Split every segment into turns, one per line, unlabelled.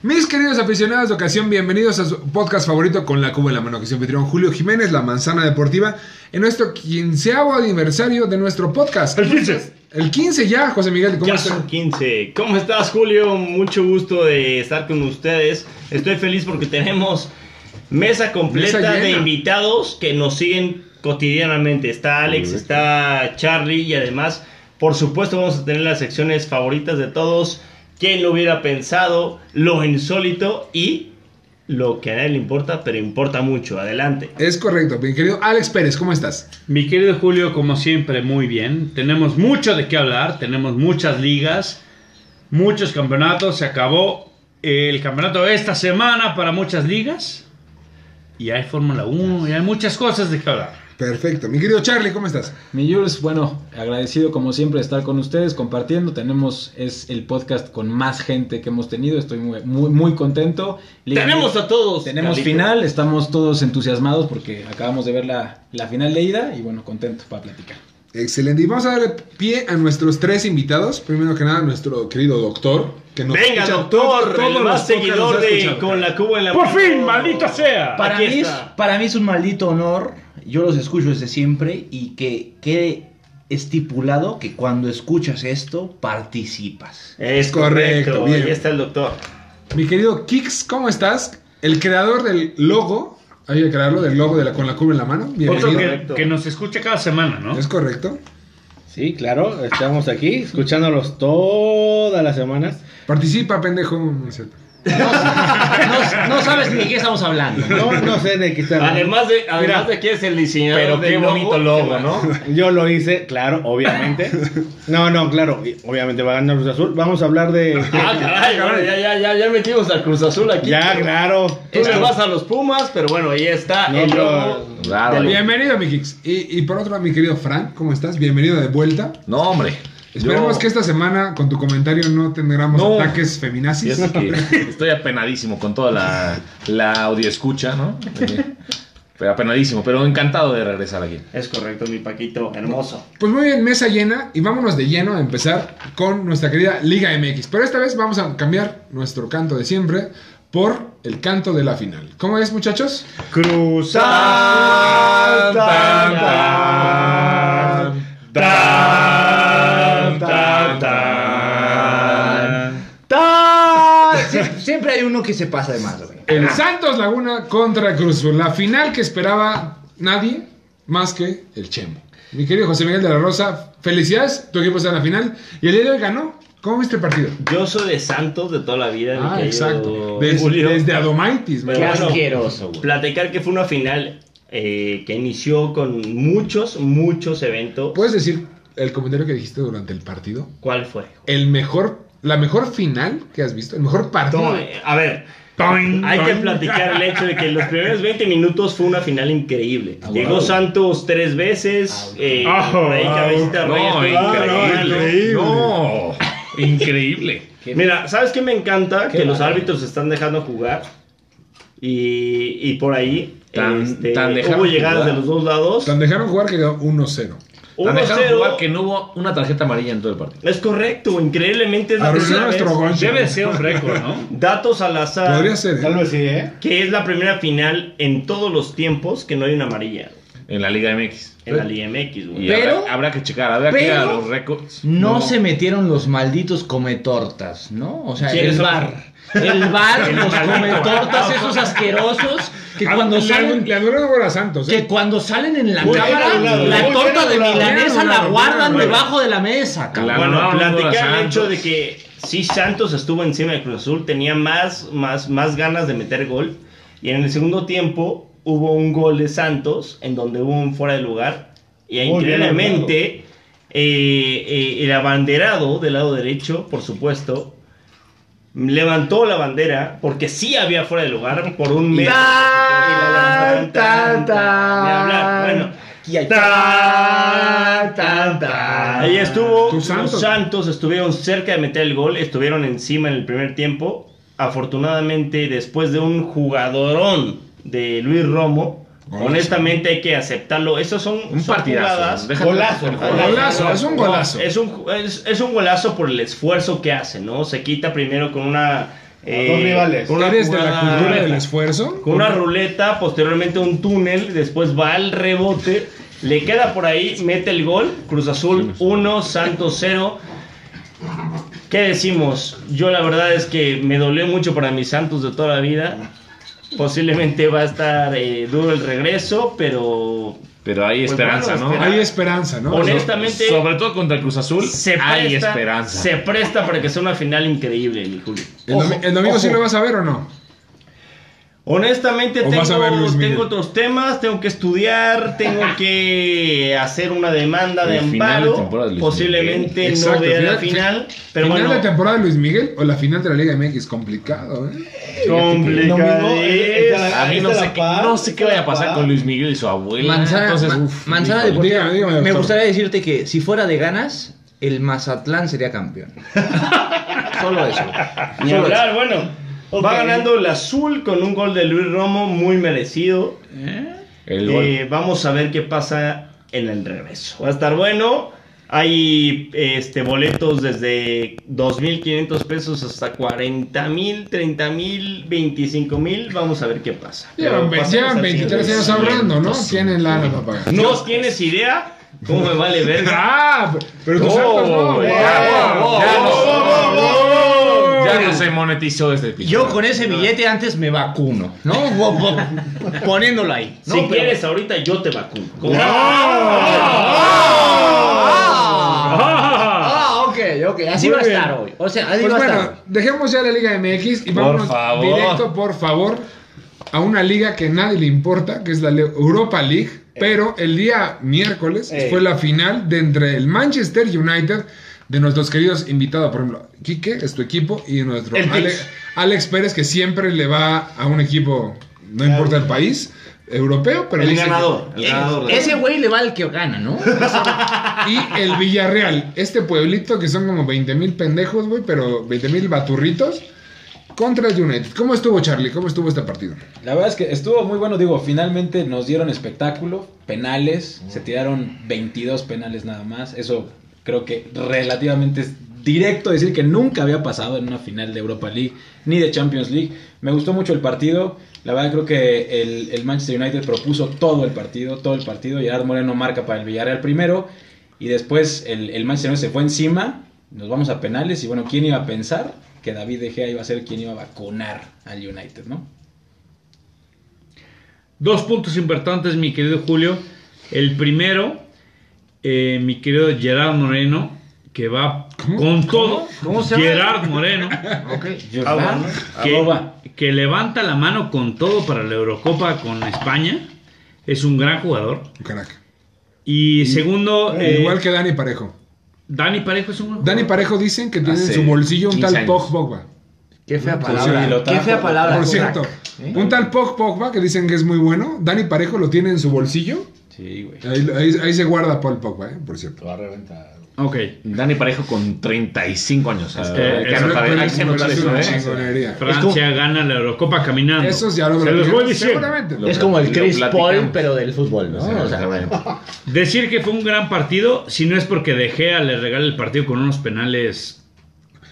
Mis queridos aficionados de ocasión, bienvenidos a su podcast favorito con la Cuba en la mano que se anfitrión Julio Jiménez, La Manzana Deportiva, en nuestro quinceavo aniversario de nuestro podcast.
El 15.
El 15 ya, José Miguel, ¿cómo
Ya
estás?
son 15. ¿Cómo estás, Julio? Mucho gusto de estar con ustedes. Estoy feliz porque tenemos mesa completa
Mesa llena.
de invitados que nos siguen cotidianamente. Está Alex, está Charlie y además, por supuesto, vamos a tener las secciones favoritas de todos. ¿Quién lo hubiera pensado? Lo insólito y lo que a nadie le importa, pero importa mucho. Adelante.
Es correcto, mi querido Alex Pérez, ¿cómo estás?
Mi querido Julio, como siempre, muy bien. Tenemos mucho de qué hablar, tenemos muchas ligas, muchos campeonatos. Se acabó el campeonato esta semana para muchas ligas. Y hay Fórmula 1, y hay muchas cosas de qué hablar.
Perfecto, mi querido Charlie, ¿cómo estás?
Mi Jules, bueno, agradecido como siempre de estar con ustedes compartiendo. Tenemos, es el podcast con más gente que hemos tenido. Estoy muy, muy, muy contento. Liga
tenemos
Mx,
a todos.
tenemos
Carlito.
final, estamos todos entusiasmados porque acabamos de ver la, la final de ida y bueno, contento para platicar.
Excelente, y vamos a darle pie a nuestros tres invitados. Primero que nada, nuestro querido doctor. Que nos
Venga,
escucha
doctor,
todo- todos
el
los
más
podcasts nos
seguidor
ha
de
escuchado.
Con la Cuba en la
¡Por
mano.
fin, maldita sea!
Para
Aquí
mí, es,
está.
para mí es un maldito honor, yo los escucho desde siempre y que quede estipulado que cuando escuchas esto participas.
Es
correcto,
correcto,
bien.
ahí está el doctor.
Mi querido Kix, ¿cómo estás? El creador del logo, hay que crearlo, del logo de la, con la curva en la mano.
Otro
Bienvenido.
que,
Correcto.
que nos escucha cada semana, ¿no?
Es correcto.
Sí, claro, estamos aquí escuchándolos todas las semanas.
Participa, pendejo. No es cierto.
No, no sabes ni de qué estamos hablando.
No, no sé de qué están.
Además de, además de que es el diseñador
Pero
del
qué bonito logo, ¿no?
yo lo hice, claro, obviamente. No, no, claro, y obviamente va a ganar Cruz Azul. Vamos a hablar de.
Ah, caray, bueno, ya, ya, ya, ya metimos al Cruz Azul aquí.
Ya, claro.
Tú le vas a los Pumas, pero bueno, ahí está
No,
el
pero-
logo.
Ah,
Claro.
del-
Bienvenido, mi Kix. Y, y por otro lado, mi querido Frank, ¿cómo estás? Bienvenido de vuelta.
No, hombre.
Esperemos
Yo-
que esta semana con tu comentario no tendremos
No.
ataques feminazis.
fíjate que estoy apenadísimo con toda la, la audioescucha, ¿no? Eh, Pero apenadísimo, pero encantado de regresar aquí.
Es correcto, mi Paquito, hermoso.
Pues muy bien, mesa llena y vámonos de lleno a empezar con nuestra querida Liga MX. Pero esta vez vamos a cambiar nuestro canto de siempre por el canto de la final. ¿Cómo es, muchachos?
Cruz
Tan, tan, tan. Tan, tan, tan.
Sie- siempre hay uno que se pasa de más, güey.
El Santos Laguna contra Cruz Azul. La final que esperaba nadie más que el Chemo. Mi querido José Miguel de la Rosa, felicidades. Tu equipo está en la final. Y el día de hoy ganó. ¿Cómo viste el partido?
Yo soy de Santos de toda la vida. mi
Ah,
querido
exacto. Des-
Julio.
desde Adomaitis. me
Pero
Qué
acuerdo.
bueno,
asqueroso, güey.
Platicar que fue una final eh, que inició con muchos, muchos eventos.
¿Puedes decir el comentario que dijiste durante el partido?
¿Cuál fue?
El mejor, la mejor final que has visto, el mejor partido.
Eh, A ver, hay que platicar el hecho de que los primeros 20 minutos fue una final increíble. Llegó Santos tres veces. eh, por ahí Cabecita Reyes
No,
tuvo un regalo.
increíble. No, increíble.
Mira, ¿sabes qué me encanta? que los árbitros están dejando jugar. Y, y por ahí
Tan-
este,
tan dejaron
hubo llegadas
jugar.
de los dos lados.
Tan dejaron jugar que quedó 1-0.
Tan dejaron
1-0.
jugar que no hubo una tarjeta amarilla en todo el partido.
Es correcto, increíblemente es la
Arruinó
primera
nuestro
vez.
gol.
Debe de ser un récord, ¿no?
Datos al azar.
Podría ser.
Tal
¿eh?
vez sí, ¿eh?
Que es la primera final en todos los tiempos que no hay una amarilla
En la Liga MX.
en la Liga MX, güey.
Y
Pero-
habrá, habrá que checar, habrá que ir a
pero-
los récords.
No, se metieron los malditos cometortas, ¿no? O sea,
¿Quiénes
el
son?
bar. El bar, los cometortas, esos asquerosos que
Ah,
cuando
le-
salen
Le anularon gol a Santos. ¿eh?
Que cuando salen en la
Muy bien
cámara,
anulado,
la
muy
torta
bien
de
anulado.
milanesa
Bien
la
anulado, bien
guardan
anulado.
debajo de la mesa, cabrón.
La
Bueno,
ganaron
platicar
Honduras,
el hecho de
Santos.
que sí Santos estuvo encima de Cruz Azul, tenía más, más, más ganas de meter gol. Y en el segundo tiempo hubo un gol de Santos en donde hubo un fuera de lugar. Y
Muy bien
increíblemente eh, eh, el abanderado del lado derecho, por supuesto, levantó la bandera porque sí había fuera de lugar por un metro.
Tan, tan, tan.
Ni hablar. Bueno,
Aquí hay-
tan, tan, tan. Ahí estuvo.
Tus
Los
Santos.
Santos. estuvieron cerca de meter el gol, estuvieron encima en el primer tiempo. Afortunadamente, después de un jugadorón de Luis Romo, honestamente hay que aceptarlo. Esos son,
Un
son
partidazo.
jugadas.
Déjate-
Golazo,
Ojalá.
Golazo, es un golazo.
Es un, es, es un golazo por el esfuerzo que hace, ¿no? Se quita primero con una. eh,
dos rivales.
Con una
¿Eres de la
jugada-
cultura del esfuerzo?
Con una ruleta, posteriormente un túnel, después va al rebote, le queda por ahí, mete el gol, Cruz Azul 1, Santos 0. ¿Qué decimos? Yo la verdad es que me dolió mucho para mis Santos de toda la vida. Posiblemente va a estar eh, duro el regreso, pero
Pero hay
Pues
esperanza,
bueno,
¿no?
espera-
Hay esperanza, ¿no?
honestamente
Sobre todo contra el Cruz Azul
se presta,
hay esperanza.
se presta para que sea una final increíble, mi Julio.
¿El, domi- el domingo sí lo vas a ver o no?
Honestamente,
¿O vas a
tengo,
ver Luis Miguel?
tengo otros temas, tengo que estudiar, tengo que hacer una demanda de
El final de
amparo.
temporada de Luis
Posiblemente
Miguel.
no
Exacto,
vea la
final-
final, pero
¿Final de
bueno.
temporada de Luis Miguel o la final de la Liga MX? Complicado, ¿eh?
Domingo, eh, eh,
A mí no
Esta
sé,
la
qué-
paz,
no sé qué
esta
vaya a
la
pasar
paz.
con Luis Miguel y su abuela.
Manzana,
Entonces,
ma-
uf,
manzana
híjole.
deportiva.
Dígame, dígame,
me
doctor.
gustaría decirte que si fuera de ganas, el Mazatlán sería campeón. Solo eso.
Ni
Solo
hablar, bueno. Ah, Va ganando el azul con un gol de Luis Romo muy merecido.
El gol.
Eh, vamos a ver qué pasa en el regreso. Va a estar bueno. Hay este, boletos desde 2.500 pesos hasta 40.000, 30.000, 25.000. Vamos a ver qué pasa.
Llevan,
Pero
ve-
pasemos
llevan
al
23 años
siguiente.
ahorrando, ¿no? Tienen lana para pagar.
No tienes idea cómo me vale verga.
¡Ah! Pero
Oh,
tus Santos no. güey.
ya,
Ah,
ya
no.
no-
oh,
Ya no se monetizó este episodio.
Yo con ese billete antes me vacuno, ¿no? Bo- bo- Poniéndolo ahí. ¿no?
si
Pero-
quieres, ahorita yo te vacuno. ¿Cómo?
Ah, ok, ok. Así
Muy
va a estar
bien.
hoy. O sea, así
Pues
va a estar.
bueno, dejemos ya la Liga MX y
Por
vamos
favor.
directo, por favor, a una liga que nadie le importa, que es la Le- Europa League. Pero el día miércoles
Eh.
fue la final de entre el Manchester United de nuestros queridos invitados, por ejemplo, Quique, es tu equipo, y nuestro
El
Ale-
Pix.
Alex Pérez, que siempre le va a un equipo, no importa el país, europeo, pero
El
dice que-
ganador. El
Eh,
ganador. de-
Ese güey le va al que gana, ¿no?
Y el Villarreal, este pueblito que son como 20 mil pendejos, güey, pero 20 mil baturritos contra el United. ¿Cómo estuvo, Charlie? ¿Cómo estuvo este partido?
La verdad es que estuvo muy bueno, digo, finalmente nos dieron espectáculo, penales, se tiraron 22 penales nada más, eso creo que relativamente es directo decir que nunca había pasado en una final de Europa League ni de Champions League. Me gustó mucho el partido, la verdad creo que el, el Manchester United propuso todo el partido, todo el partido, Gerard Moreno marca para el Villarreal primero y después el, el Manchester United se fue encima, nos vamos a penales y bueno, ¿quién iba a pensar que David De Gea iba a ser quien iba a vacunar al United, no?
Dos puntos importantes, mi querido Julio. El primero, eh, mi querido Gerard Moreno, que va con todo. Gerard Moreno,
Arroba,
que,
arroba.
que levanta la mano con todo para la Eurocopa con España. Es un gran jugador.
Caraca.
Y segundo, eh,
Igual que Dani Parejo.
Dani Parejo es un buen
Dani
jugador.
Parejo dicen que tiene en
Hace
su bolsillo un
15
tal
años.
Pog Pogba.
Qué fea
sí, lo
palabra. Qué
trajo.
fea palabra.
Por cierto, un tal Pog Pogba que dicen que es muy bueno. Dani Parejo lo tiene en su bolsillo.
Sí, güey.
Ahí, ahí- ahí se guarda Paul Pogba, ¿eh? por cierto.
Ok.
Dani Parejo con 35 años. o sea, hay que
es-
anotar-
pero
hay
es-
que
pero
anotar
es
eso,
una
¿eh?
chingonería.
Francia gana la Eurocopa caminando.
Esos ya lo
Se los voy
veremos.
diciendo.
Seguramente.
Es como el
Lo
Chris Paul,
platicamos.
pero del fútbol, ¿no?
Sí,
O sea,
bueno.
Decir que fue un gran partido, si no es porque De Gea le regala el partido con unos penales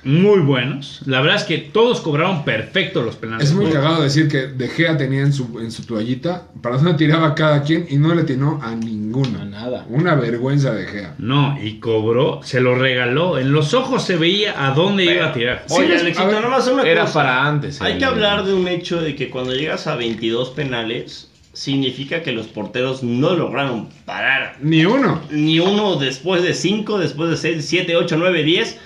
muy buenos. La verdad es que todos cobraron perfecto los penales.
Es muy cagado decir que De Gea tenía en su, en su toallita para dónde tiraba cada quien y no le atinó a ninguno.
A nada.
Una vergüenza De Gea.
No, y cobró, se lo regaló. En los ojos se veía a dónde iba a tirar.
Sí,
Oye,
les- a
Alexito,
ver,
nomás una
Era
cosa.
para antes. eh,
Hay
el-
que hablar de un hecho de que cuando llegas a 22 penales, significa que los porteros no lograron parar
Ni uno.
ni uno después de 5, después de 6, 7, 8, 9, 10.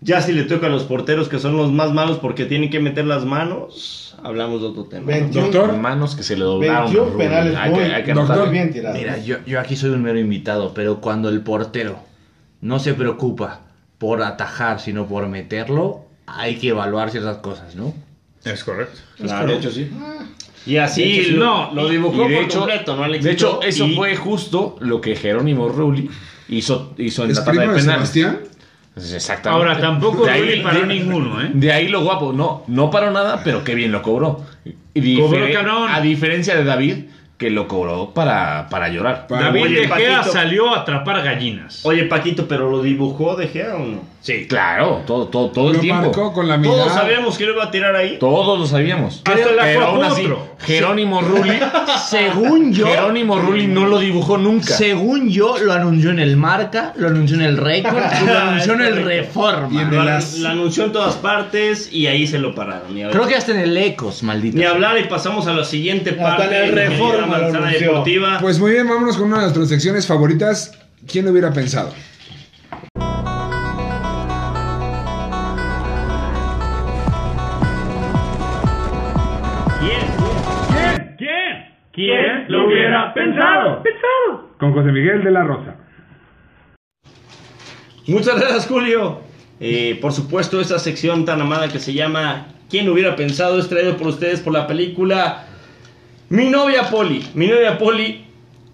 Ya si le toca a los porteros que son los más malos porque tienen que meter las manos, hablamos de otro tema. ¿no?
21,
Doctor.
Manos que se le doblaron.
21
a Rooney.
penales
Hay que,
muy,
hay que
Doctor,
anotar.
muy bien tirados.
Mira, yo, yo aquí soy un mero invitado, pero cuando el portero no se preocupa por atajar, sino por meterlo, hay que evaluar ciertas cosas, ¿no?
Es correcto.
Claro. De hecho, sí.
Y así
De hecho, sí.
lo,
No,
lo dibujó
Y de
por
hecho-
completo, ¿no, Alex?
De hecho,
Y-
eso fue justo lo que Jerónimo Rulli hizo, hizo en
¿Es
la tabla
primo
de
de
penales.
Sebastián?
Exactamente.
Ahora, tampoco
De ahí-
Rulli paró
de-
ninguno, ¿eh?
De ahí lo guapo, no, no paró nada, pero qué bien lo cobró. Y difere-
Cobró, cabrón.
A diferencia de David, que lo cobró para, para llorar.
Pa-
David
Oye,
de Gea
Patito.
salió a atrapar gallinas.
Oye, Paquito, ¿pero lo dibujó De Gea o no?
Sí, claro, todo, todo, todo el
Lo
tiempo.
marcó con la mirada.
Todos sabíamos que lo iba a tirar ahí.
Todos lo sabíamos.
Hasta la
pero aún
Copa
así,
Otro.
Jerónimo Rulli,
Según yo,
Jerónimo Rulli no lo dibujó nunca.
según yo, lo anunció en el Marca, lo anunció en el Récord, y lo anunció en el Reforma.
Este, Lo, anun- lo anunció en todas partes y ahí se lo pararon. Ni hablar.
Creo que hasta en el Ecos, maldito.
Ni hablar y pasamos a la siguiente
Hasta
parte.
en el
de la
Reforma lo
manzana
anunció.
deportiva.
Pues muy bien, vámonos con una de nuestras secciones favoritas. ¿Quién lo hubiera pensado?
Pues-
¿Quién?
¿Quién lo hubiera pensado?
Con José Miguel de la Rosa.
Muchas gracias, Julio. Eh, por supuesto, esta sección tan amada que se llama ¿Quién hubiera pensado? es traído por ustedes por la película Mi novia Polly. Mi novia Polly,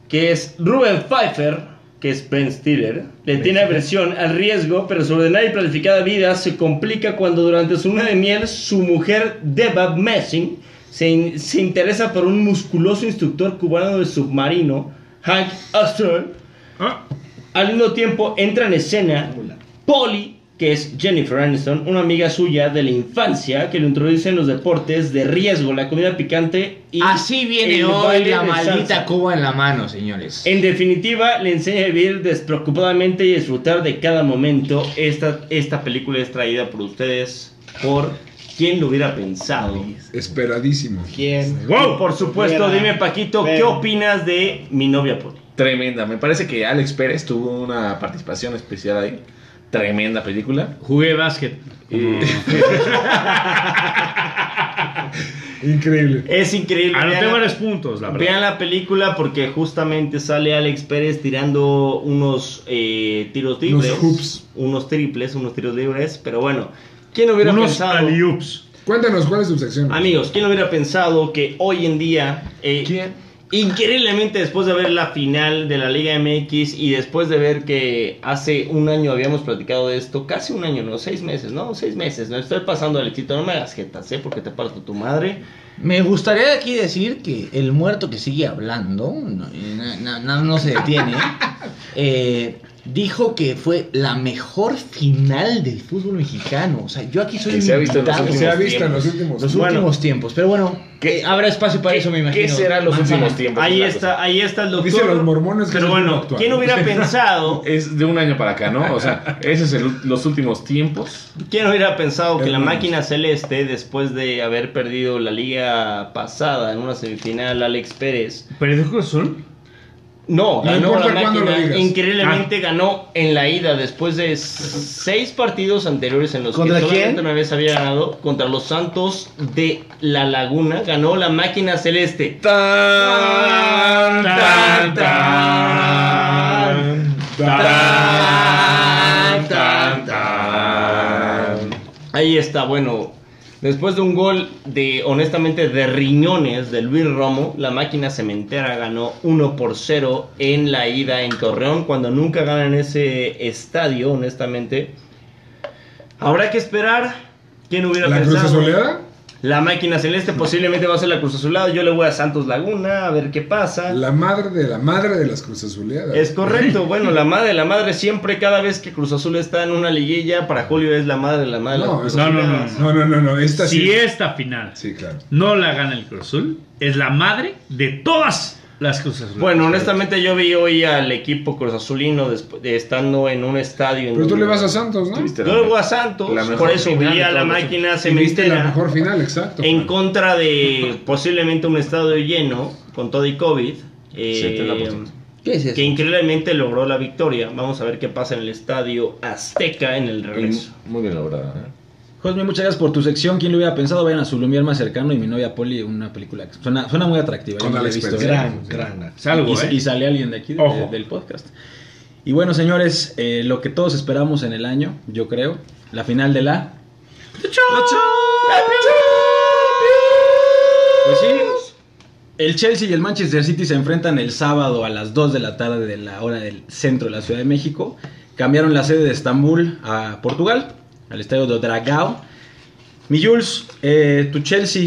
que es Ruben Pfeiffer, que es Ben Stiller, le tiene aversión al riesgo, pero su ordenada y planificada vida se complica cuando durante su luna de miel su mujer Deba Messing se, in- se interesa por un musculoso instructor cubano de submarino, Hank Astor. Ah. Al mismo tiempo entra en escena Polly, que es Jennifer Aniston, una amiga suya de la infancia que lo introduce en los deportes de riesgo, la comida picante y
Así viene
el
hoy
baile
la
de
maldita
salsa.
Cuba en la mano, señores.
Eh,
En definitiva, le enseña a vivir despreocupadamente y disfrutar de cada momento. Esta, esta película es traída por ustedes por quien lo hubiera pensado.
Esperadísimo.
¿Quién?
Y por supuesto,
Hubiera.
dime Paquito, ¿qué
Pero-
opinas de mi novia Polly?
Tremenda. Me parece que Alex Pérez tuvo una participación especial ahí. Tremenda película.
Jugué básquet. Eh,
Y-
Increíble.
Es increíble.
Anoté
vean-
varios puntos, Ah, la verdad.
Vean la película porque justamente sale Alex Pérez tirando unos eh, tiros libres.
hoops.
Unos triples, unos tiros libres. Pero bueno, ¿quién hubiera
Unos
pensado?
alley-oops.
Cuéntanos, ¿cuál es tu sección?
Amigos, ¿quién hubiera pensado que hoy en día, eh, increíblemente después de ver la final de la Liga MX y después de ver que hace un año habíamos platicado de esto, casi un año, no, seis meses, no, seis meses, no estoy pasando al éxito, no me hagas jetas, ¿eh? porque te parto tu madre.
Me gustaría de aquí decir que el muerto que sigue hablando, no, na- na- na- no se detiene, eh, dijo que fue la mejor final del fútbol mexicano. O sea, yo aquí soy
Que se ha visto en los
invitado.
Que se ha visto en los últimos.
Los últimos tiempos, pero bueno, eh, habrá espacio para eso, me imagino.
¿Qué serán los
Manzana.
últimos tiempos?
Ahí
Una
está, ahí está el doctor.
pues, Dicen los mormones que
Pero
es el
bueno,
actual.
¿quién hubiera pensado?
cosa. Es de un año para acá, ¿no? O sea, esos son los últimos tiempos.
¿Quién hubiera pensado que la
Hermanos.
máquina celeste, después de haber perdido la liga pasada en una semifinal, Alex Pérez,
¿Periódicos son?
No
no, ganó la
importa cuándo
máquina,
lo digas. Ah.
increíblemente ganó en la ida después de seis partidos anteriores en los
¿Contra
que solamente
quién?
una vez había ganado contra los Santos de la Laguna, ganó la máquina celeste.
Tan, tan, tan. Tan, tan, tan.
Ahí está, bueno. Después de un gol de, honestamente, de riñones de Luis Romo, la máquina cementera ganó 1 por 0 en la ida en Torreón, cuando nunca ganan ese estadio, honestamente. Habrá que esperar. ¿Quién hubiera
¿La Cruz
pensado?
Azuleada?
La máquina celeste posiblemente va a ser la Cruz Azulada. Yo le voy a Santos Laguna, a ver qué pasa.
La madre de la madre de las Cruz Azuleadas.
Es correcto, bueno, la madre de la madre siempre, cada vez que Cruz Azul está en una liguilla, para Julio es la madre de la madre. de las
No,
Cruz
eso-
No, no, no,
Azuladas.
No, no, no, no. Esta sí.
Si esta final
Sí, claro.
no la gana el Cruz Azul, es la madre de todas las Cruz Azul.
Bueno, honestamente yo vi hoy al equipo Cruz Azulino despu- de- estando en un estadio. en
Pero tú
donde-
le vas a Santos, ¿no?
Tuviste
Yo le voy a Santos,
La mejor
por eso
final
vi
de
a la
todos los
máquina
Y viste la
cementera
mejor final, exacto.
en
Fran.
contra de posiblemente un estadio lleno con todo y COVID. eh,
70%.
¿Qué es
que
eso?
increíblemente logró la victoria. Vamos a ver qué pasa en el estadio Azteca en el regreso.
Muy bien lograda. ¿eh?
Josme, muchas gracias por tu sección. ¿Quién lo hubiera pensado? Vayan a su Lumière más cercano y mi novia Poli, una película que suena, suena muy atractiva. Yo
Con
no la he
Alex
visto.
Pérez.
Gran, gran.
Salgo,
y,
¿eh?
y sale alguien de aquí, de-
Ojo.
del podcast. Y bueno, señores, eh, lo que todos esperamos en el año, yo creo, la final de la Pues sí. El Chelsea y el Manchester City se enfrentan el sábado a las 2 de la tarde de la hora del centro de la Ciudad de México. Cambiaron la sede de Estambul a Portugal, al estadio de Dragao. Mi Jules, eh, tu Chelsea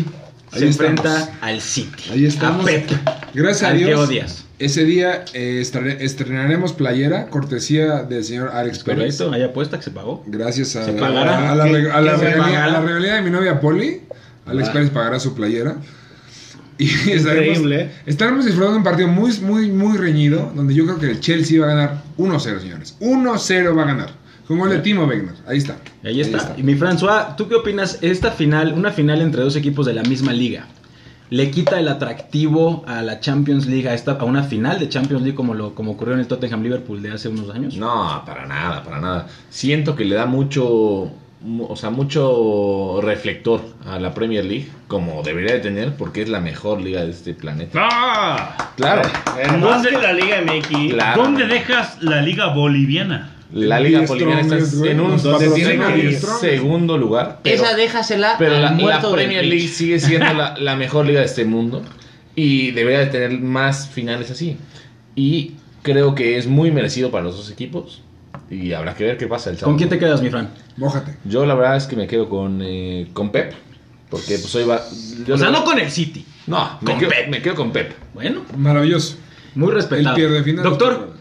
Ahí
se
estamos.
enfrenta al City.
Ahí estamos.
A Pep.
Gracias a
Al que
Dios.
odias.
Ese día eh, estre- estrenaremos playera, cortesía del señor Alex Pérez.
Correcto, hay apuesta que se pagó.
Gracias a,
¿Se pagará?
a la,
¿Qué-
re- a la
qué se
regalía,
pagará?
a la regalía de mi novia Poli. Alex
Ah.
Pérez pagará su playera. Y estaremos-
Increíble.
Estaremos disfrutando un partido muy, muy, muy reñido, donde yo creo que el Chelsea va a ganar 1-0, señores. 1-0 va a ganar. Con gol de Timo Wegner. Ahí está.
Ahí está. Y mi François, ¿tú qué opinas? Esta final, una final entre dos equipos de la misma liga, ¿le quita el atractivo a la Champions League, a, esta, a una final de Champions League como, lo, como ocurrió en el Tottenham Liverpool de hace unos años?
No, para nada, para nada. Siento que le da mucho, mu- o sea, mucho reflector a la Premier League, como debería de tener, porque es la mejor liga de este planeta.
¡Ah!
Claro,
Más que la Liga MX.
claro.
¿Dónde dejas la liga boliviana?
La Liga
Diez
Boliviana está
trones, güey,
en un
nos
donde tiene
patrocina
que ir
Diez trones.
segundo lugar. Pero,
Esa déjasela
pero
al
la, la
muerto del
Premier League
pitch.
sigue siendo la, la mejor liga de este mundo y debería de tener más finales así. Y creo que es muy merecido para los dos equipos y habrá que ver qué pasa el sábado.
¿Con quién te quedas, mi Fran?
Mójate.
Yo la verdad es que me quedo con, eh, con Pep. Porque pues soy... va- yo
O sea,
la-
no con el City.
No, me,
con
quedo,
Pep.
me quedo con Pep.
Bueno,
Maravilloso.
muy
El
respetado.
pierde final.
Doctor,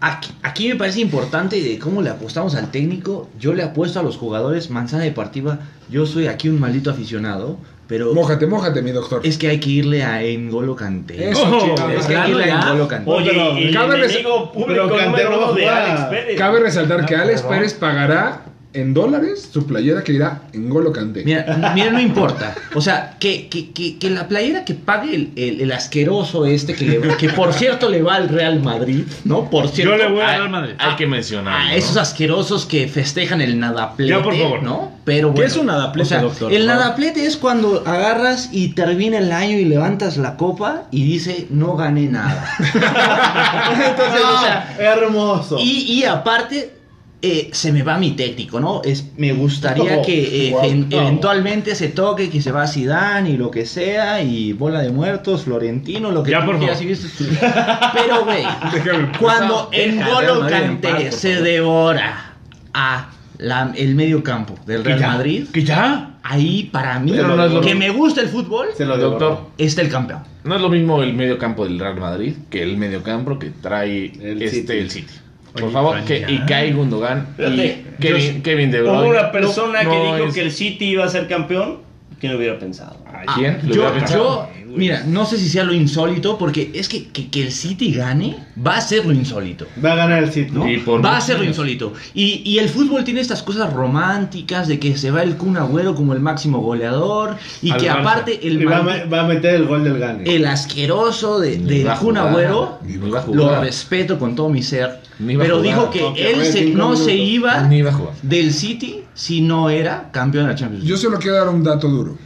Aquí, aquí me parece importante de cómo le apostamos al técnico. Yo le apuesto a los jugadores manzana de partida. Yo soy aquí un maldito aficionado, pero
Mójate, mójate, mi doctor.
es que hay que irle a Engolo Kanté.
Eso,
Oh,
chingada.
Es que hay que irle a
ya.
Engolo Kanté.
Oye,
Pero
y el
cabe res-
enemigo público
pero Canté
número
no va a
uno de
jugar.
Alex Pérez.
Cabe resaltar
Ah,
que Alex Pérez pagará en dólares su playera que dirá en Golo Kanté.
Mira, mira, no importa. O sea, que, que, que, que la playera que pague el, el- el asqueroso este, que, le- que por cierto le va al Real Madrid, ¿no? Por cierto.
Yo le voy
a-
al Real Madrid.
Ah,
Hay que mencionar.
a Ah, esos asquerosos que festejan el nadaplete,
Ya, por favor.
¿no? Pero bueno,
es un nadaplete,
o sea,
doctor?
El
Por favor.
nadaplete es cuando agarras y termina el año y levantas la copa y dice no gané nada. Entonces, o sea,
Hermoso.
y, y aparte eh, se me va mi técnico, ¿no? Es me gustaría
Oh,
que eh,
wow.
en- eventualmente se toque, que se va Zidane y lo que sea y bola de muertos, Florentino, lo que
Ya,
tú
por
quieras,
favor.
y eso- Pero güey,
Déjame-
cuando
Deja
en Golo
al Real Madrid en paz,
Kanté
por
se
favor.
devora a la- el medio campo del Real Madrid,
¿Que ya?
ahí para mí,
Pero no es lo
que
mismo.
me gusta el fútbol,
Se lo devoró.
Doctor,
está el campeón.
no es lo mismo el medio campo del Real Madrid que el medio campo que trae
El
este,
City.
el City. Por
Oye,
favor,
Fran,
que
ya.
Ikai Gundogan y
Espérate,
Kevin,
yo-
Kevin De Bruyne.
Como una persona
No,
que
no
dijo
es-
que el City iba a ser campeón, ¿quién lo hubiera pensado?
¿A quién?
Ah,
Lo hubiera
yo,
pensado.
yo, mira, no sé si sea lo insólito, porque es que, que, que el City gane va a ser lo insólito.
Va a ganar el City.
¿no?
Y por
Va a
mucho
ser lo
menos.
insólito. Y, y el fútbol tiene estas cosas románticas de que se va el Kun Agüero como el máximo goleador y
Al
que
Barça.
aparte el,
Y va, a,
maldi-
me- va a meter el gol del Gane.
el asqueroso de,
Ni
del
va a
Kun
jugar,
Agüero
ni va a
Lo
jugar.
respeto con todo mi ser.
Ni iba a
Pero
jugar.
dijo que
Aunque
él
juegue
se-
cinco
no se
minutos.
iba
Ni iba a jugar.
del City si no era campeón de la Champions
Yo
League.
solo quiero dar un dato duro.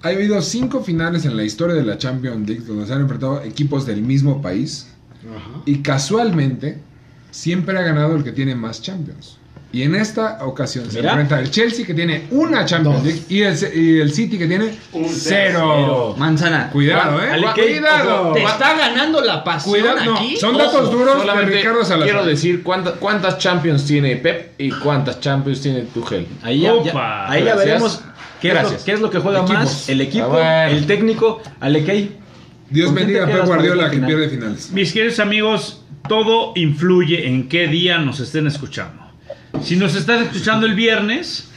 Ha habido cinco finales en la historia de la Champions League donde se han enfrentado equipos del mismo país. Y casualmente, siempre ha ganado el que tiene más Champions. Y en esta ocasión se
Mira.
enfrenta el Chelsea que tiene una Champions League y el, Ce- y el City que tiene cero.
Manzana.
Cuidado, eh.
Ale,
Gua-
¿qué?
Cuidado.
¿Te está ganando la pasión
Cuidado, no,
aquí?
son datos duros de
Solamente
Ricardo Salazar.
quiero decir cuánta- cuántas Champions tiene Pep y cuántas Champions tiene Tuchel.
ahí ya, ya-
Opa,
ahí ya
gracias.
veremos qué es, lo,
Gracias.
qué es lo que juega
Equipos.
más, el equipo,
Ah, bueno.
el técnico, Alekei.
Dios
¿Con quién
bendiga a
te
Pep
quedas para
Guardiola
esta
que
final?
pierde finales.
Mis queridos amigos, todo influye en qué día nos estén escuchando. Si nos están escuchando el viernes,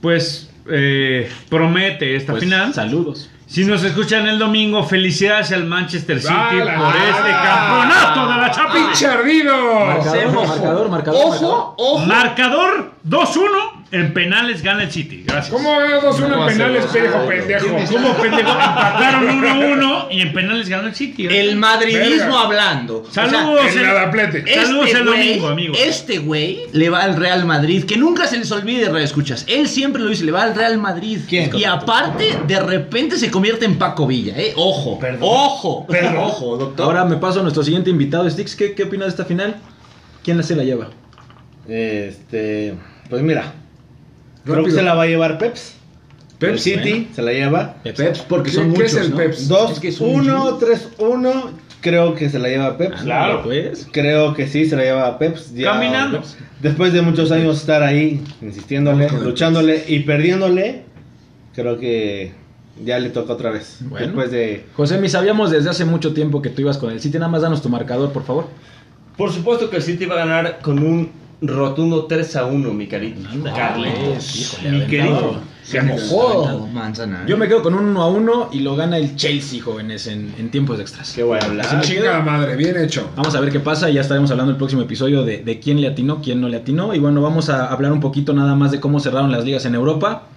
pues eh, promete esta final.
Pues, Saludos.
Si nos escuchan el domingo, felicidades al Manchester City
Ah, la-
por
ah,
este campeonato de la Champions.
¡Pinche ardido!
Marcador,
Hacemos-
marcador, marcador.
Ojo, ojo.
Marcador 2-1 en penales gana el City. Gracias.
¿Cómo va 2-1
No,
en penales,
se-
pendejo,
Ah,
pendejo?
¿Cómo pendejo? Empataron 1-1 y en penales ganó el City. ¿eh? gracias.
El madridismo
Verga.
hablando. O sea,
Saludos.
El nadaplete.
Saludos
este
el
güey-
domingo, amigos.
Este güey le va al Real Madrid, que nunca se les olvide, escuchas. Él siempre lo dice, le va al Real Madrid. Y aparte, de repente se convierte en Paco Villa, ¿eh? Ojo, ojo, ojo, doctor.
Ahora me paso a nuestro siguiente invitado, Sticks. ¿Qué, qué opinas de esta final? ¿Quién la se la lleva?
Este. Pues mira. Creo que
Rápido.
se la va a llevar Peps. El
Peps.
City se la lleva.
Peps,
¿Qué, qué es el Peps?
2,
Pues, Es que es un
1, 3, 1. Creo que se la lleva Peps.
Claro, pues.
Creo que sí, se la lleva Peps. Ya-
Caminando.
Después de muchos años estar ahí, insistiéndole,
Vamos con el
luchándole y perdiéndole, creo que ya le toca otra vez.
Bueno.
Después de.
Pues, José, mi sabíamos desde hace mucho tiempo que tú ibas con el City. Nada más danos tu marcador, por favor.
Por supuesto que el City va a ganar con un rotundo 3 a 1, mi carito. Carles.
híjole,
mi
aventado.
querido.
Se mojó manzana.
Yo me quedo con un 1 a 1 y lo gana el Chelsea, jóvenes, en, en tiempos extras.
¿Qué voy a hablar?
Así me
Chinga la madre, bien hecho.
Vamos a ver qué pasa y ya estaremos hablando el próximo episodio de, de quién le atinó, quién no le atinó. Y bueno, vamos a hablar un poquito nada más de cómo cerraron las ligas en Europa.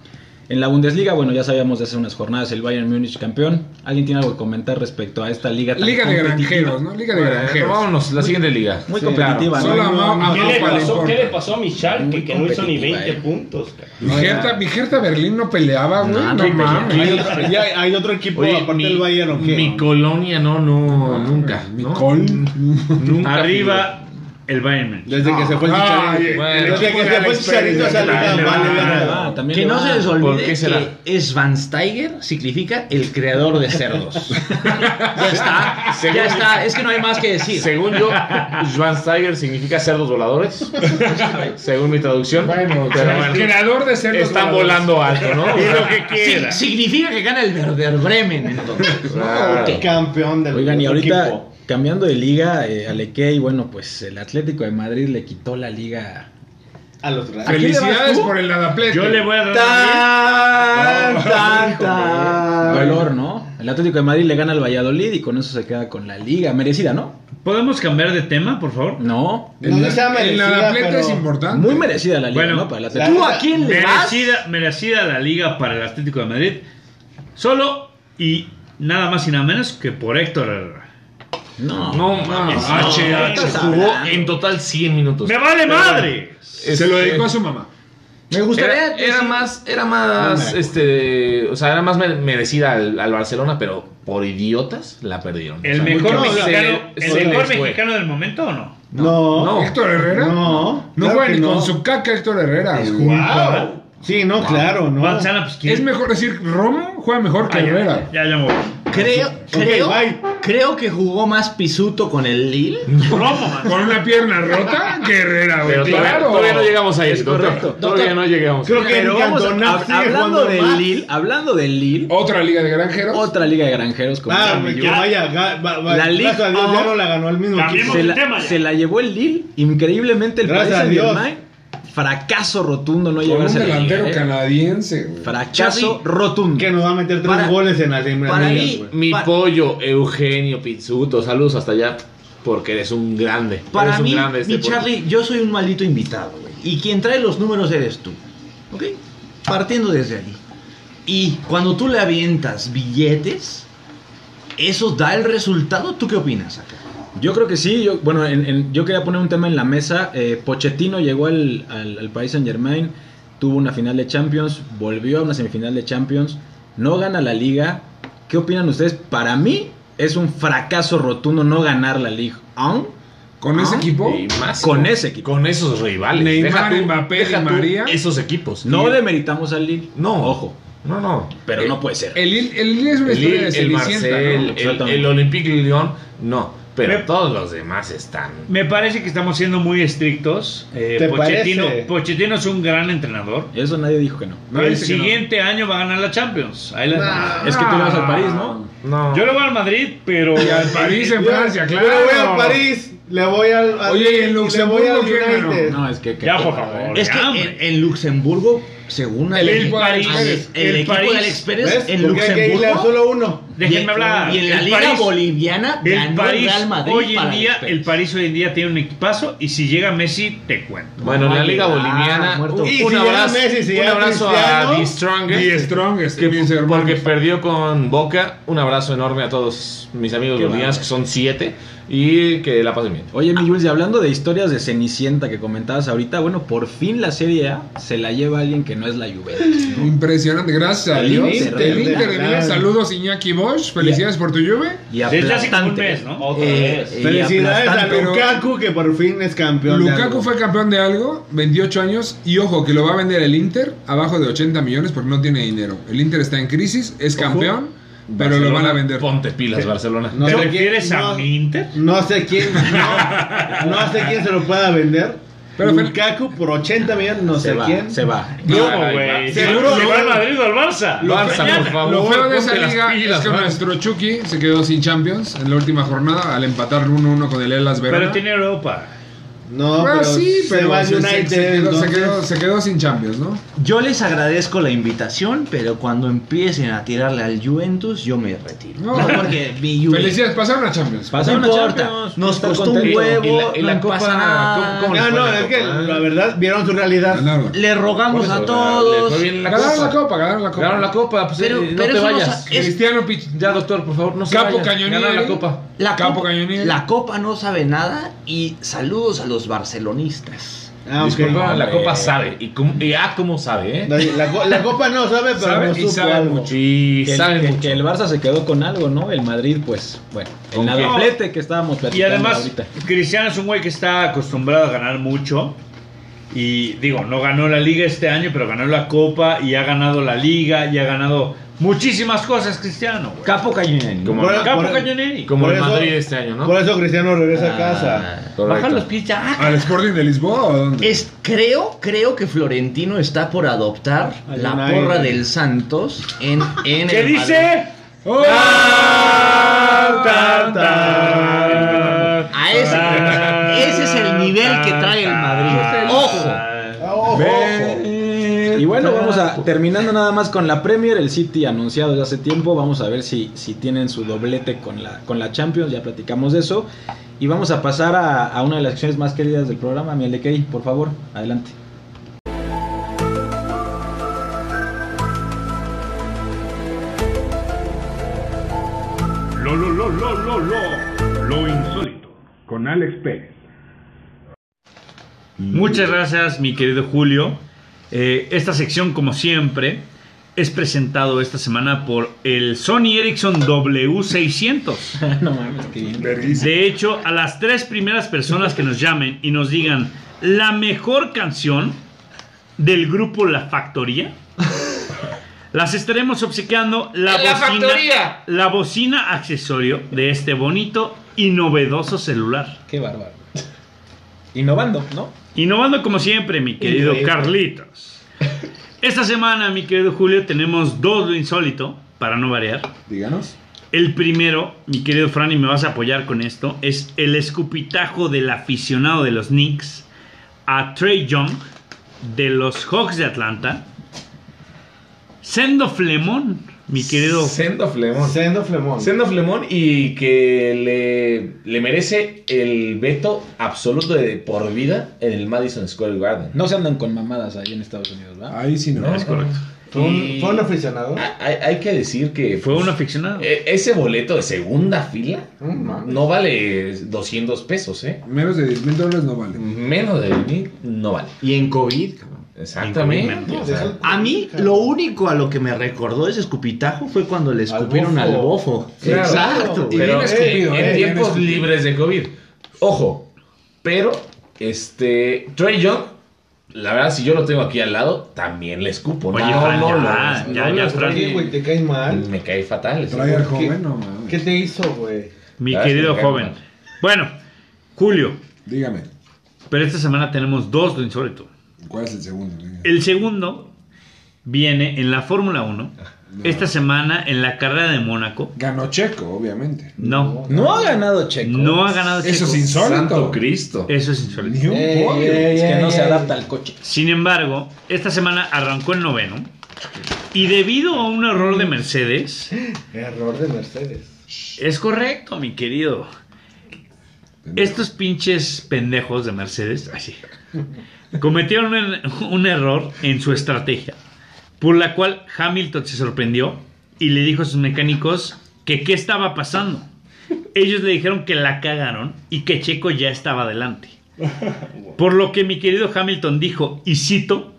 En la Bundesliga, bueno, ya sabíamos de hace unas jornadas el Bayern Múnich campeón. ¿Alguien tiene algo que comentar respecto a esta liga tan
Liga de
competitiva?
granjeros, ¿no? Liga de
Bueno,
granjeros.
Eh, vámonos, la siguiente liga.
Muy competitiva, ¿no?
Solo amado a
¿Qué le,
Europa le
pasó,
importa.
¿Qué le pasó a mi Schalke
Muy
que no hizo ni
competitiva,
20
eh.
puntos? cara?
Mi Gerta, mi Gerta Berlín no peleaba, güey. No,
No, no peleaba.
mames.
Hay otro, ya hay otro equipo aparte del Bayern. ¿o qué?
mi colonia, no, no, nunca.
Mi
¿no?
col.
Nunca
Arriba el Bayern.
Desde que se fue el
Ay,
Chicharito.
bueno,
el
Desde
equipo
que
de
se
la
fue el Chicharito
experiencia.
se la
Dale,
vale,
dale,
vale.
Ah, también
Que
le
no
va.
se les
¿Por
olvide
qué será?
que Schweinsteiger significa el creador de cerdos. ya está, ya está. Es que no hay más que decir.
Según yo, Schwansteiger significa cerdos voladores. según mi traducción.
Bueno,
pero
el
bueno,
creador de cerdos
están
voladores.
volando alto, ¿no?
Y lo que
Sí,
quiera.
significa que gana el Werder Bremen, entonces.
Ah,
Claro.
Ok.
Campeón del
Oigan, y
otro
ahorita
equipo.
cambiando de liga, eh, Alequei, bueno, pues el Atlético de Madrid le quitó la liga.
A los grandes.
quién le vas
Felicidades
tú?
por el nadaplete.
Yo le voy a dar.
Tan,
Ah,
tan, tan.
Valor, ¿no? El Atlético de Madrid le gana al Valladolid y con eso se queda con la liga. Merecida, ¿no?
¿Podemos cambiar de tema, por favor?
No.
El,
No
na-
que sea
el
merecida,
nadaplete
pero-
es importante.
Muy merecida la liga,
Bueno,
¿no? Para el
la-
Atlético. ¿Tú a quién le vas?
Merecida, merecida la liga para el Atlético de Madrid. Solo y nada más y nada menos que por Héctor Herrera.
No.
No mames.
No,
H, H,
estás
jugó en total 100 minutos.
¡Me vale madre!
Se lo dedicó a su mamá.
Me gustaría.
Era, era más, era más, este, o sea, era más mere- merecida al, al Barcelona, pero por idiotas la perdieron.
¿El
O sea,
mejor,
se-
mexicano,
se
el
les
mejor
fue.
mexicano del momento o no?
No.
No.
¿Héctor Herrera?
No.
No
claro
juega
que
ni
no.
con su caca Héctor Herrera. güey.
Wow. Sí, no, claro, no.
Manzana, pues ¿quién?
Es mejor decir, Romo juega mejor que
Ah, ya,
Herrera.
ya, ya me voy.
Creo, creo,
bye.
creo que jugó más pisuto con el Lille.
Romo, man.
Con una pierna rota que Herrera, güey.
Pero todavía,
claro.
todavía no llegamos ahí, doctor.
correcto.
Todavía no llegamos.
Creo que
Pero
el
vamos a-
Cantona
hab-
sigue
hablando
jugando
del
más.
Lille, hablando del Lille,
Otra liga de granjeros.
otra liga de granjeros como
Ah,
Sami
que
Yu.
vaya, ga- va- va-
La Liga-
gracias a Dios ya no la ganó el mismo
Cambiemos.
equipo.
se,
el
la,
tema ya.
se la llevó el Lille, increíblemente el
Gracias
Paris
a Dios.
Saint-Germain. Fracaso rotundo no
con un
llevarse la liga,
delantero
¿eh?
canadiense, güey.
Fracaso
Xavi,
rotundo.
Que nos va a meter tres
Para-
goles en las
para
eliminatorias,
mí-
güey.
Mi
Pa-
pollo, Eugenio Pizzuto, saludos hasta allá, porque eres un grande.
Para
Eres un
mí,
grande de
mi
este pueblo.
Charlie, yo soy un maldito invitado, güey. Y quien trae los números eres tú. ¿Ok? Partiendo desde allí. Y cuando tú le avientas billetes, ¿eso da el resultado? ¿Tú qué opinas acá?
Yo creo que sí. Yo, bueno, en- en- yo quería poner un tema en la mesa. Eh, Pochettino llegó al, al, al Paris Saint Germain, tuvo una final de Champions, volvió a una semifinal de Champions, no gana la liga. ¿Qué opinan ustedes? Para mí es un fracaso rotundo no ganar la liga. Aún
Con ese
Ah,
equipo.
Y más
Con ese equipo.
Con esos rivales.
Neymar,
Deja tú-
Mbappé,
deja
Di
tú
María.
Esos equipos.
no demeritamos al Lille.
No.
Ojo,
No, no.
pero
Eh,
no puede ser.
El Lille el Lille es una
El,
historia
Lille,
de
el
Cenicienta,
Marcel,
¿no?
el,
Exactamente.
el Olympique Lyon, no. Pero
Me-
todos los demás están.
Me parece que estamos siendo muy estrictos. Eh,
¿Te
Pochettino,
parece?
Pochettino es un gran entrenador.
Eso nadie dijo que no.
Nadie
el
dice que no.
siguiente año va a ganar la Champions. Ahí la
Nah.
Es que tú le vas al París, ¿no?
No.
Yo le voy al Madrid, pero.
Y al París en
Yo-
Francia,
yo
claro.
le voy al París, le voy al. al-
Ah. Oye, ¿y el
le
Luxemburgo
voy al
quién ganó?
United.
No, es que. que-
Ya, por favor.
es que
ya,
en,
hombre.
en Luxemburgo, según
El
Alex-
equipo de Alex
Alex-
Pérez.
el
El
equipo
París.
de Alex Pérez
¿Ves?
en
Porque hay que irle a
Luxemburgo.
solo uno.
Déjenme
y-
hablar.
Y en la
El
Liga
París-
Boliviana
El
ganó
París,
el Real Madrid.
hoy en
para
día,
Alex Pérez.
el París hoy en día tiene un equipazo y si llega Messi, te cuento.
Bueno, en la Liga
Ah,
Boliviana.
muerto.
un-
Y si
un
llega
abrazo,
Messi, si
un
llega
abrazo
Cristiano,
a The
The
Strongest.
Strongest,
que-
que mis hermanos.
porque perdió con Boca. Un abrazo enorme a todos mis amigos bolivianos, que son siete. Y que la pasen bien.
Oye, mi Jules, y hablando de historias de Cenicienta que comentabas ahorita, bueno, por fin la Serie A se la lleva alguien que no no es la Juventus. ¿no?
Impresionante, gracias a
El
Dios.
Inter,
el
el
Inter de
Inter.
Milán. Saludos, Iñaki Bosch. Felicidades por tu lluvia.
Y
Desde hace como un
aplastante.
mes, ¿no? Otra
Eh,
vez.
eh,
Felicidades a
aplastante.
pero-
Lukaku que por fin es campeón. de
Lukaku
algo.
fue campeón de algo, 28 años, y ojo que lo va a vender el Inter abajo de 80 millones porque no tiene dinero. El Inter está en crisis, es campeón, pero lo van a vender.
Ponte pilas, Barcelona.
No
¿Te
sé
refieres
quién-
a
no,
mi Inter?
No sé quién, no, no sé quién se lo pueda vender.
Pero fue-
Lukaku por 80 millones, no sé
Se va,
quién.
se va.
¿Cómo,
Ay,
güey?
va.
Seguro se
Lo-
va al Madrid o al Barça.
Barça, por favor.
Lo feo de
ponte
esa
las
liga
pilas,
es que
Barça.
nuestro Chucky se quedó sin Champions en la última jornada al empatar 1-1 con el Elas Verona.
Pero tiene Europa.
No,
Ah,
pero
sí,
se
pero
va al
se, se-
United.
se quedó, se,
entonces-
quedó, se quedó sin Champions, ¿no?
Yo les agradezco la invitación, pero cuando empiecen a tirarle al Juventus, yo me retiro.
No.
No, porque mi Juventus.
Felicidades, pasaron a Champions.
No
Pasaron a
importa,
Champions,
nos
está
costó un
contento.
huevo,
Y la- y
no
la
importa
pasan a-
nada.
¿cómo- cómo
Ah, No, eh, no,
Fue la
es que
Copa.
la verdad vieron su realidad.
Ganaron.
Le rogamos
Por eso,
a
o sea, le
todos.
fue bien la
Ganaron
copa.
la copa, ganaron la copa.
Ganaron la copa, pues
Pero-
eh, no
pero
te
eso no
vayas.
sa- es-
Cristiano Pich.
Ya, doctor, por favor, no se
Capo
vayas.
Cañonieri.
Ganaron la copa.
La
Capo
copa,
Cañonieri.
la copa no sabe nada y saludos a los barcelonistas.
Ah, ok.
Disculpa, la
Hombre.
copa sabe. Y, cómo- y ah, cómo sabe, ¿eh?
La, la co- la copa no sabe, pero
Sabe
no
y
supo
sabe
algo.
mucho.
Sí,
Que el,
sabe
que-
mucho.
que el Barça se quedó con algo, ¿no? El Madrid, pues, bueno,
¿Con
el la
qué?
doblete que estábamos platicando
Y además,
ahorita.
Cristiano es un güey que está acostumbrado a ganar mucho. Y digo, no ganó la liga este año, pero ganó la copa y ha ganado la liga y ha ganado muchísimas cosas, Cristiano. güey.
Capo Cañón.
Como,
Por-
Capo
por-
Cañonieri.
como
por
el
eso-
Madrid este año, ¿no?
Por eso Cristiano
Ah,
regresa a casa.
Correcto.
Baja los pies ya.
¿Al Sporting de Lisboa o dónde?
Es, creo, creo que Florentino está por adoptar
Al
la
United.
porra del Santos en, en
¿Qué
el Madrid.
dice?
¡Oh!
Tan, tan, tan.
A ese, ese es el nivel que trae el Madrid. Ojo.
Ah, ojo, ojo.
Y bueno, vamos a terminando nada más con la Premier, el City anunciado ya hace tiempo, vamos a ver si, si tienen su doblete con la, con la Champions, ya platicamos de eso. Y vamos a pasar a, a una de las secciones más queridas del programa, mi LK, por favor, adelante.
Lo, lo, lo, lo, lo, lo, lo insólito. Con Alex Pérez. Muchas gracias, mi querido Julio. Eh, esta sección, como siempre, es presentado esta semana por el Sony Ericsson W600.
no mames, qué bien.
De hecho, a las tres primeras personas que nos llamen y nos digan la mejor canción del grupo La Factoría, las estaremos obsequiando la, bocina, la bocina accesorio de este bonito y novedoso celular.
Qué bárbaro. Innovando, ¿no?
Innovando como siempre, mi querido
Increíble.
Carlitos. Esta semana, mi querido Julio, tenemos dos lo insólito, para no variar.
Díganos.
El primero, mi querido Fran, y me vas a apoyar con esto, es el escupitajo del aficionado de los Knicks a Trey Young de los Hawks de Atlanta. Sendo Flemón, mi querido.
Sendo Flemón.
Sendo Flemón.
Sendo Flemón y que le, le merece el veto absoluto de por vida en el Madison Square Garden.
No se andan con mamadas ahí en Estados Unidos, ¿verdad?
Ahí sí no.
Es correcto.
¿Fue un,
Y-
fue un aficionado?
Ah, Hay, hay que decir que
Fue un aficionado.
e- ese boleto de segunda fila
No mames.
no vale 200 pesos, ¿eh?
Menos de 10 mil dólares no vale.
Menos de mil no vale.
Y en COVID, cabrón.
Exactamente.
No,
o sea,
de eso-
A mí, lo único a lo que me recordó ese escupitajo fue cuando le escupieron al bofo.
Claro.
Exacto.
Y
pero
bien escupido,
en-
eh,
en
bien
tiempos
escupido.
libres de COVID. Ojo, pero este Trey Young, la verdad, si yo lo tengo aquí al lado, también le escupo.
Oye,
no,
Fran,
no,
ya,
no,
ya,
no,
ya,
no,
Fran.
Oye, güey, te caes mal.
Me cae fatal. ese
Traer
güey.
joven, no mames.
¿Qué te hizo, güey?
Mi
Gracias,
querido
Ricardo.
joven. Bueno, Julio,
Dígame,
pero esta semana tenemos dos lo insólito.
¿cuál es el segundo? Venga.
El segundo viene en la Fórmula 1.
Ah,
Esta semana en la carrera de Mónaco.
Ganó Checo, obviamente.
No,
No ha ganado Checo.
no ha ganado
Eso es
Checo.
insólito.
Santo Cristo.
Eh,
Eso es insólito.
Ni un
Ey,
podio.
ey, es que
ey,
no se
ey.
adapta al coche.
Sin embargo, esta semana arrancó el noveno. Y debido a un error de Mercedes,
Error de Mercedes.
es correcto, mi querido. Estos pinches pendejos de Mercedes, así, cometieron un, un error en su estrategia, por la cual Hamilton se sorprendió y le dijo a sus mecánicos que qué estaba pasando. Ellos le dijeron que la cagaron y que Checo ya estaba adelante. Por lo que mi querido Hamilton dijo, y cito,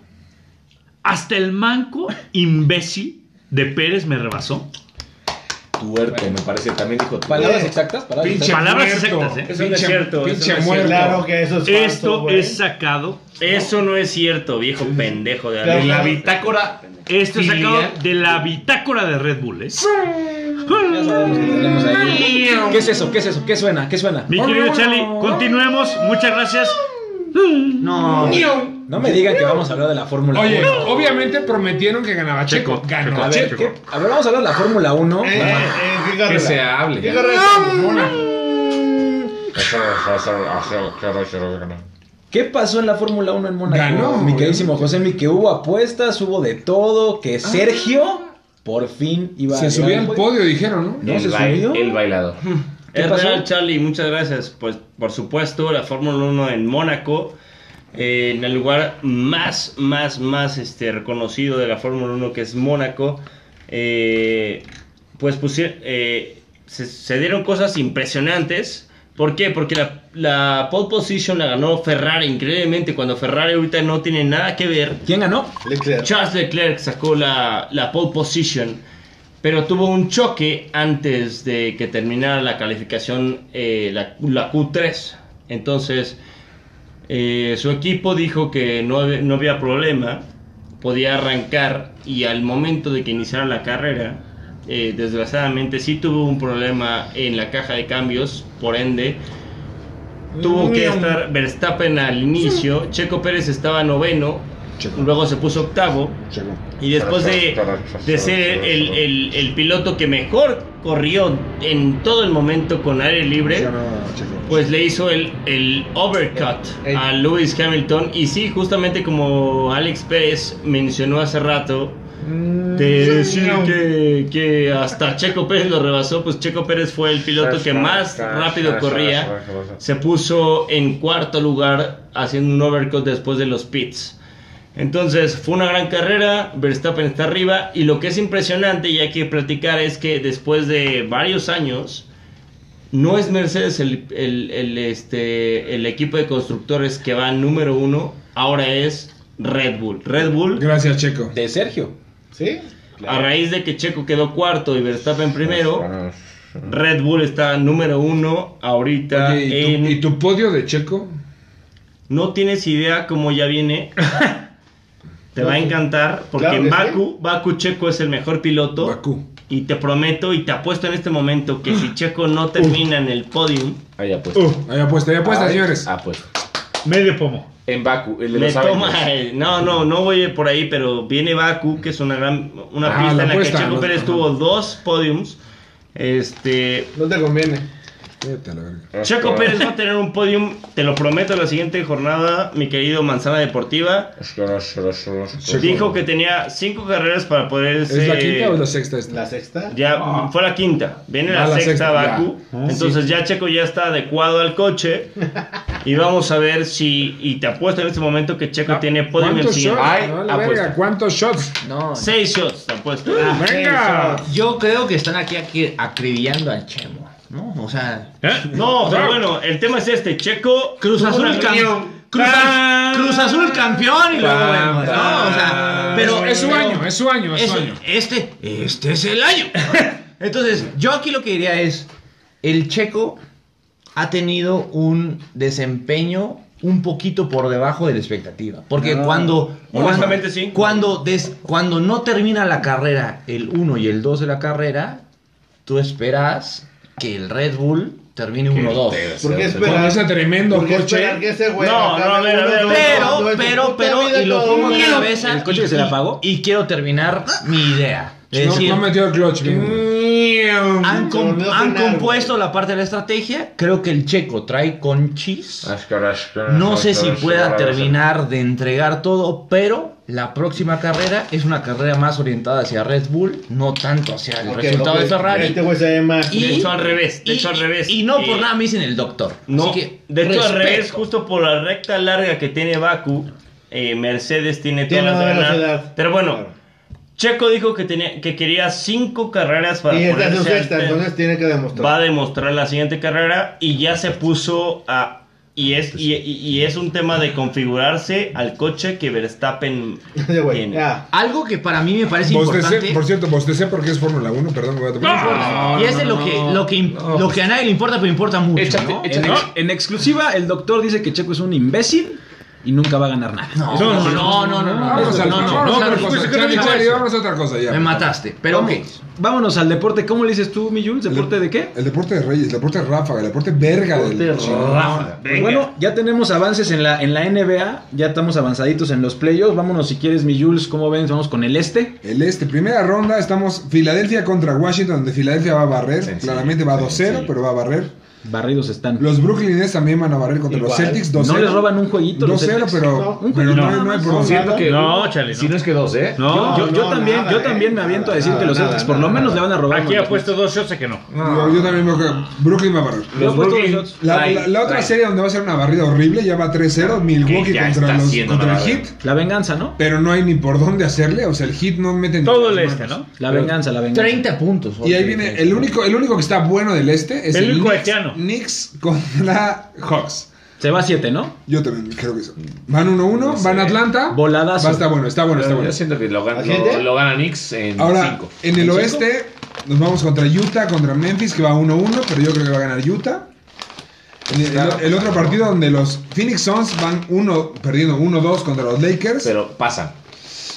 Hasta el manco imbécil de Pérez me rebasó.
Tuerto, me parece. También dijo tuerto.
¿Palabras exactas? ¿Palabras
Pinche
exactas?
Palabras
muerto.
exactas, ¿eh?
Eso no es
Pinche-
cierto,
pinche
eso no es
muerto.
Claro que eso es falso,
Esto
güey. Eh,
es sacado.
Eso no es cierto, viejo pendejo de
Claro,
Adrián.
claro.
bitácora.
Esto es sacado
Filia.
de la bitácora de Red Bull. ¿eh?
Ya sabemos que tenemos ahí. ¿Qué es eso? ¿Qué es eso? ¿Qué suena? ¿Qué suena?
Mi querido Charlie, continuemos. Muchas gracias.
No. No me digan que vamos a hablar de la Fórmula 1.
Oye, obviamente prometieron que ganaba Checo.
Checo,
Ganó
Checo,
a
Checo.
ver, ¿qué? A ver, vamos a hablar de la Fórmula 1.
Eh, eh, fíjate.
Que se hable.
Fíjate esta mamona.
¿Qué pasó en la Fórmula 1 en Mónaco?
Ganó,
Mi queridísimo José, mi que hubo apuestas, hubo de todo, que Sergio por fin iba
Se
a
subió
llegar
al podio, dijeron, ¿no?
¿No
el,
se
bail-
subió?
el bailador.
¿Qué
Es
pasó?
real, Charlie, muchas gracias. Pues, por supuesto, la Fórmula 1 en Mónaco, eh, en el lugar más, más, más este, reconocido de la Fórmula 1, que es Mónaco, eh, pues pusieron, se, se dieron cosas impresionantes. ¿Por qué? Porque la, la pole position la ganó Ferrari, increíblemente, cuando Ferrari ahorita no tiene nada que ver.
¿Quién ganó?
Leclerc.
Charles Leclerc sacó la, la pole position, pero tuvo un choque antes de que terminara la calificación, eh, la, la Q3. Entonces, eh, su equipo dijo que no, hab- no había problema, podía arrancar y al momento de que iniciaron la carrera, eh, desgraciadamente sí tuvo un problema en la caja de cambios, por ende, Tuvo que estar Verstappen al inicio, Checo Pérez estaba noveno, luego se puso octavo, y después de, de ser el, el- el piloto que mejor corrió en todo el momento con aire libre, pues le hizo el, el overcut
El- el-
a Lewis Hamilton, y sí, justamente como Alex Pérez mencionó hace rato, de decir que, que hasta Checo Pérez lo rebasó, pues Checo Pérez fue el piloto que más rápido corría se puso en cuarto lugar haciendo un overcut después de los pits. Entonces fue una gran carrera, Verstappen está arriba y lo que es impresionante y hay que platicar es que después de varios años no es Mercedes el, el- el, este, el equipo de constructores que va número uno, ahora es Red Bull. Red Bull
Gracias, Checo.
De Sergio.
¿Sí?
a raíz de que Checo quedó cuarto y Verstappen
Pues,
primero, Red Bull está número uno ahorita
Oye, Ah, ¿y,
en...
tu, y tu podio de Checo?
No tienes idea cómo ya viene. te va a encantar porque
Claro que
en Baku, Baku Checo es el mejor piloto.
Bakú.
Y te prometo y te apuesto en este momento que si Checo no termina en el podium,
Ahí apuesta.
Uh,
Ahí apuesta, ahí apuesta,
Ay,
señores.
Apuesta.
Medio pomo.
Ah, pues. En Baku, el de
me
los
toma.
Avengers.
el- no, no, no voy por ahí, pero viene Baku, que es una gran una
Ah,
pista
la
en la
apuesta,
que Checo
¿no?
Pérez
Ajá.
tuvo dos podiums. Este,
No te conviene.
Vete a la verga.
Checo Pérez va a tener un podium, te lo prometo, la siguiente jornada, mi querido Manzana Deportiva. Dijo que tenía cinco carreras para poder
¿Es la quinta o la sexta esta?
La sexta.
Ya fue la quinta, viene la,
Ah, la
sexta,
sexta,
Baku. Entonces ya Checo ya está adecuado al coche. y vamos a ver si. Y te apuesto en este momento que Checo tiene podio en el
Ah, ¿Cuántos shots?
siguiente.
Ay,
No, la
apuesta.
verga, ¿cuántos shots?
No,
Seis shots, te apuesto.
Ah. ¡Venga!
yo creo que están aquí, aquí acribillando al Chemo, ¿no? O sea,
¿Eh?
No, pero bueno, el tema es este: Checo.
Cruz
tuvo
Azul Ah.
una
cam-
reunión.
Cruz, Cruz Azul campeón y luego vemos, ¿no? O sea, pero
es su
pero-
año, es su año, es su
Eso,
año.
Este, este es el año. Entonces, yo aquí lo que diría es, el checo ha tenido un desempeño un poquito por debajo de la expectativa. Porque
Ah,
cuando... cuando-
Honestamente, sí.
Cuando, des- cuando no termina la carrera, el 1 y el 2 de la carrera, tú esperas que el Red Bull termine 1-2.
¿Por qué
Con
esperar?
ese tremendo
¿Por qué esperar que
coche.
ese güey
No,
acabe
no, a ver, a ver,
uno,
Pero,
dos,
pero,
puta
pero,
vida,
y lo
cabrón?
pongo en la cabeza.
¿El coche que
y-
se le apagó?
Y, quiero terminar mi idea. Es
No,
decir,
no metió el clutch bien.
han,
Se
com-
volvió a
han
frenar,
compuesto
güey.
la parte de la estrategia. Creo que el checo trae con chis. No sé si pueda terminar de entregar todo, pero la próxima carrera es una carrera más orientada hacia Red Bull, no tanto hacia el
Ok,
resultado
ok,
de Ferrari.
Este güey se ve más.
De hecho, al revés, de
y-
hecho, al revés.
Y no por
Eh,
nada me dicen el doctor.
No,
Así que,
de hecho, al
respeto.
revés, justo por la recta larga que tiene Baku, eh, Mercedes tiene todas
Tiene
las de
más
ganar.
velocidad.
Pero bueno,
Claro.
Checo dijo que, tenía, que quería cinco carreras para
Y esta es su
ponerse al
sexta,
pe-
entonces tiene que demostrar.
va a demostrar la siguiente carrera y ya se puso a Y es, y, y- y es un tema de configurarse al coche que Verstappen
Ya, güey,
tiene.
ya.
Algo que para mí me parece
Bostecé,
importante.
por cierto, bostecé porque es Fórmula 1, perdón, me voy a tomar un poco.
Y es de lo que, lo que, im- lo que a nadie le importa, pero importa mucho. ¿no?
En, ex- en exclusiva, el doctor dice que Checo es un imbécil y nunca va a ganar nada.
No, no, no, no, no, no,
Vámonos
no,
al-
no, no,
vámonos a otra
no,
cosa.
no,
Charlie,
no,
Charlie,
no,
vámonos a otra cosa ya.
Me mataste, pero ok.
Vámonos al deporte. ¿Cómo le dices tú, mi Jules? ¿Deporte de qué?
El deporte de Reyes, el deporte de Ráfaga, el deporte verga del chingón.
Pues bueno, ya tenemos avances en la, en la NBA. Ya estamos avanzaditos en los playoffs. Vámonos, si quieres, mi Jules. ¿Cómo ven? Vamos con el este.
El este, primera ronda, estamos Filadelfia contra Washington, donde Filadelfia va a barrer.
Sencillo,
Claramente va 2-0,
sencillo.
pero va a barrer.
Barridos están.
Los Brooklyn Nets también van a barrer contra los
Igual.
Celtics. 2-0.
no les roban un jueguito. los
2-0,
Celtics.
pero,
No, un
pero no,
jueguito
hay- no hay
más,
por dónde.
siento que-
No, Charlie, no.
Si no es que dos, ¿eh?
No,
Yo, yo
no,
también,
nada,
yo
eh,
también me aviento a
nada,
decir que los
nada,
Celtics por lo
nada,
menos le van a robar.
aquí
unos
ha puesto dos shots a que no.
Yo, yo también veo que Brooklyn va a barrer.
Los Brooklyn.
La, la- la otra serie donde va a ser una barrida horrible, ya va 3-0, Milwaukee
Que ya
contra,
está
los,
siendo
contra el
una
Heat,
barrida.
La venganza, ¿no?
pero no hay ni por dónde hacerle, o sea, el Heat no mete ni
Todo
las
el este,
manos.
¿no?
La venganza, la venganza.
30 puntos.
Y ahí viene el único, el único que está bueno del este es
El
el,
único
Knicks,
haitiano.
Knicks contra Hawks.
Se va a 7, ¿no?
Yo también creo que eso. Van 1-1, van a Atlanta.
Voladazo.
Va, está bueno, está bueno, está
Pero
bueno.
Yo siento que lo gana,
¿La gente?
lo, lo gana Knicks en
Ahora,
5.
en el oeste, nos vamos contra Utah, contra Memphis, que va 1-1, pero yo creo que va a ganar Utah. En el, el otro partido donde los Phoenix Suns van uno, perdiendo 1-2 contra los Lakers.
Pero pasa.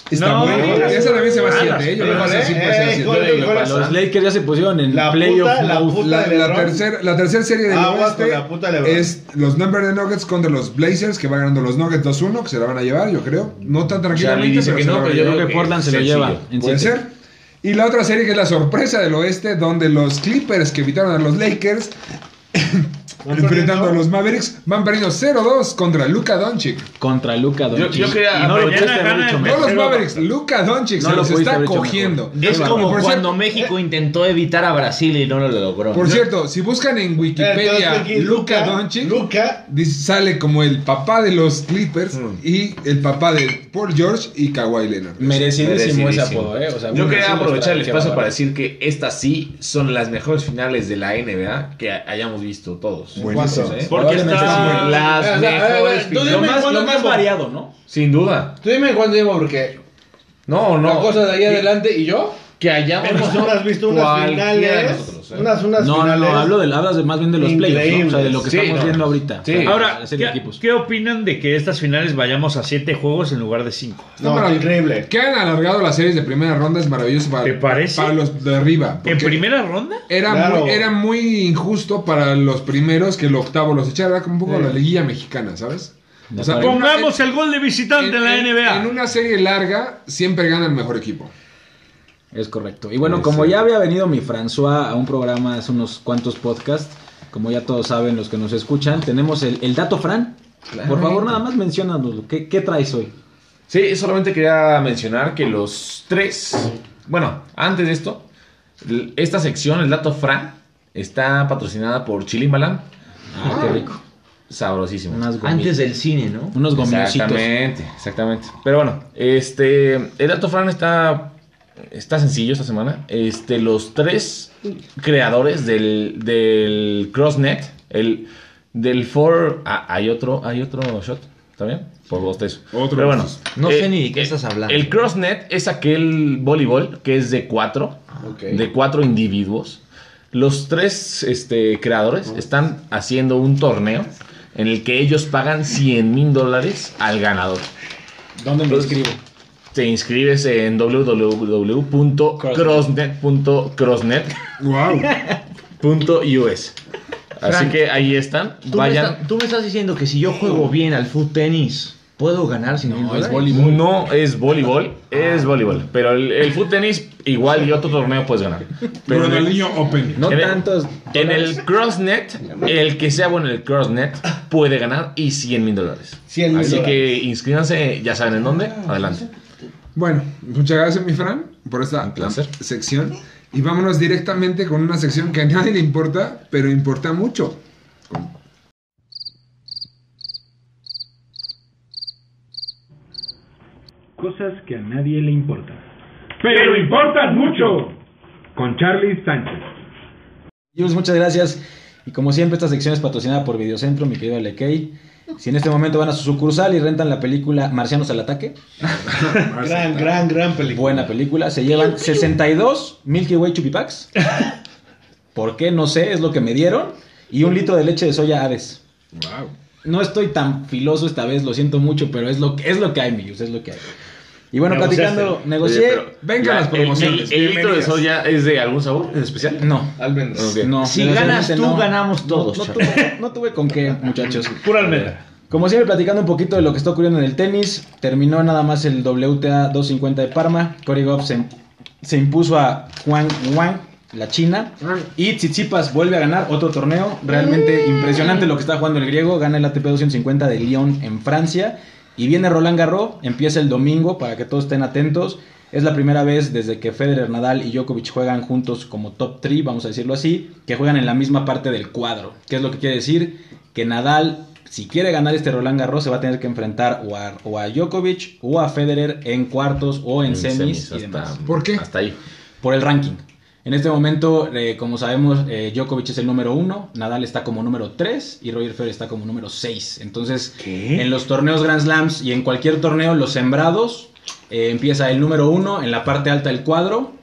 está
No,
bueno.
mira,
Esa también se va a
ganas,
7, ¿eh? Yo creo que
Ah, Híjole,
esa sí puede ser
eh,
siete.
gol,
Yo digo,
gol.
para los-
Los Lakers ya se pusieron en
La
playoff.
puta, la
mode.
puta.
La,
de
la
LeBron.
tercer, la tercer serie del
Aguas
oeste
con la puta LeBron.
es los Denver Nuggets contra los Blazers, que van ganando los Nuggets 2-1, que se la van a llevar, yo creo. No tan
Charlie
tranquilamente,
dice
pero
que
se la
no,
van a
pero
llevar.
yo
Creo que Portland se lo
sencillo.
lleva. en
Puede
siete.
ser. Y la otra serie que es la sorpresa del oeste, donde los Clippers que evitaron a los Lakers,
Van
enfrentando
perdiendo.
a los Mavericks, van perdiendo 0-2 contra Luka Doncic.
Contra Luca
Yo, yo quería.
No
Mañana
lo pudiste haber
gana
dicho
el-
No
mejor.
los
Pero-
Mavericks, Luka Doncic
No
se
lo
los
pudiste
está
haber hecho
cogiendo.
Es como
Por cier-
cuando México intentó evitar a Brasil y no lo logró.
Por cierto, si buscan en Wikipedia
Eh, Entonces, aquí,
Luka
Luka,
Doncic,
Luka.
dice- sale como el papá de los Clippers
Hmm.
y el papá de Paul George y Kawhi Leonard.
Merecidísimo ese
Merecidísimo.
apodo, ¿eh? O sea,
Yo
bueno, sí
quería
los
aprovechar el
trae, qué
espacio para
bárbaro.
decir que estas sí son las mejores finales de la NBA que hayamos visto todos.
Buenísimo.
¿eh?
Porque
Probablemente sí,
está...
güey.
Las
O sea, a ver, a ver,
mejores
tú
Lo
dime
finales.
más,
cuándo
lo más
tiempo.
variado, ¿no?
Sin duda.
Tú dime cuándo llevo, porque
No, no.
la cosa de ahí adelante y yo.
Que hayamos
Hemos ahora visto unas
cualquiera de
finales.
nosotros, ¿eh?
Unas, unas
No, no,
finales.
no, hablo de, hablas de más bien de los playoffs, ¿no? O sea, de lo que
Sí,
estamos
no.
viendo ahorita.
Sí.
O sea,
Ahora,
la serie de
¿qué,
equipos.
qué opinan de que estas finales vayamos a siete juegos en lugar de cinco?
No,
Está marav-
increíble.
Que hayan alargado las series de primera ronda es maravilloso para,
¿Te parece?
para los de arriba.
¿En
porque
primera ronda?
Era,
Claro.
muy, era muy injusto para los primeros que el octavo los echara, era como un poco la liguilla mexicana, ¿sabes? O sea, en una-
Pongamos el gol de
en-
visitante en la
en-
NBA.
En una serie larga siempre gana el mejor equipo.
Es correcto. Y bueno, como ya había venido mi François a un programa hace unos cuantos podcasts, como ya todos saben los que nos escuchan, tenemos el, el dato Fran. Por favor, nada más menciónanoslo. ¿Qué, ¿Qué traes hoy?
Sí, solamente quería mencionar que los tres. Bueno, antes de esto, l- esta sección, el dato Fran, está patrocinada por Chilimbalam.
Ah, qué rico.
Sabrosísimo.
Unas gomi-
Antes del cine, ¿no?
unos gomiositos.
Exactamente, exactamente. Pero bueno, este. El dato Fran está. Está sencillo esta semana. Este, los tres creadores del, del CrossNet, el del For. ah, hay otro, hay otro shot también. Por bostezo.
Otro
Pero bueno.
bostezo.
No
eh,
sé ni de qué estás hablando.
El crossnet es aquel voleibol que es de cuatro,
Ok.
de cuatro individuos. Los tres este, creadores están haciendo un torneo en el que ellos pagan 100 mil dólares al ganador.
¿Dónde me inscribo?
Te inscribes en www.crossnet.crossnet.us.
¡Wow!
Así
Frank,
que ahí están.
¿Tú, me
Vayan.
está- tú me estás diciendo que si yo juego bien al foot tenis, ¿puedo ganar sin
No, es
No es voleibol, es voleibol. Pero el, el foot tenis, igual y otro torneo puedes ganar. Pero en el-
Ronaldinho Open.
No
En el-
tantos.
En el crossnet, el que sea bueno en el crossnet puede ganar y 100 mil dólares. Ah,
100 mil
Así que
dólares.
inscríbanse, ya saben en dónde. Adelante.
Bueno, muchas gracias, mi Fran, por esta
placer.
sección. Y vámonos directamente con una sección que a nadie le importa, pero importa mucho.
Cosas que a nadie le importan.
Pero importan mucho.
Con Charlie Sánchez.
Jules, muchas gracias. Y como siempre, esta sección es patrocinada por Videocentro, mi querido Alekei. Si en este momento van a su sucursal y rentan la película Marcianos al Ataque,
Gran, gran, gran película.
buena película, se llevan 62 Milky Way Chupi Packs. ¿Por qué? No sé, es lo que me dieron. Y un litro de leche de soya Aves.
Wow.
No estoy tan filoso esta vez, lo siento mucho, pero es lo que, es lo que hay, mi Yus, es lo que hay. Y bueno,
Negociaste.
platicando,
Oye,
negocié.
pero
Venga
la-
las promociones.
el- ¿El, el litro de
Bienvenidas.
soya es de algún sabor en especial?
No,
Ok.
Almendras.
no.
Si
desgraciadamente
ganas tú, ganamos todos,
No, no
Charlie.
tuve, no tuve con qué, muchachos.
Pura almendra.
Como siempre, platicando un poquito de lo que está ocurriendo en el tenis, terminó nada más el WTA 250 de Parma. Corey Goff se, se impuso a Juan Wang, la China. Y Tsitsipas vuelve a ganar otro torneo. Realmente impresionante lo que está jugando el griego. Gana el ATP 250 de Lyon en Francia. Y viene Roland Garros. Empieza el domingo para que todos estén atentos. Es la primera vez desde que Federer, Nadal y Djokovic juegan juntos como top 3, vamos a decirlo así, que juegan en la misma parte del cuadro. ¿Qué es lo que quiere decir? Que Nadal, si quiere ganar este Roland Garros, se va a tener que enfrentar o a, o a Djokovic o a Federer en cuartos o en,
En
semis, y
hasta-
demás
¿Por qué?
Hasta ahí.
por el ranking. En este momento, eh, como sabemos, eh, Djokovic es el número uno, Nadal está como número 3 y Roger Federer está como número 6. Entonces, en los torneos Grand Slams y en cualquier torneo, los sembrados, eh, empieza el número uno en la parte alta del cuadro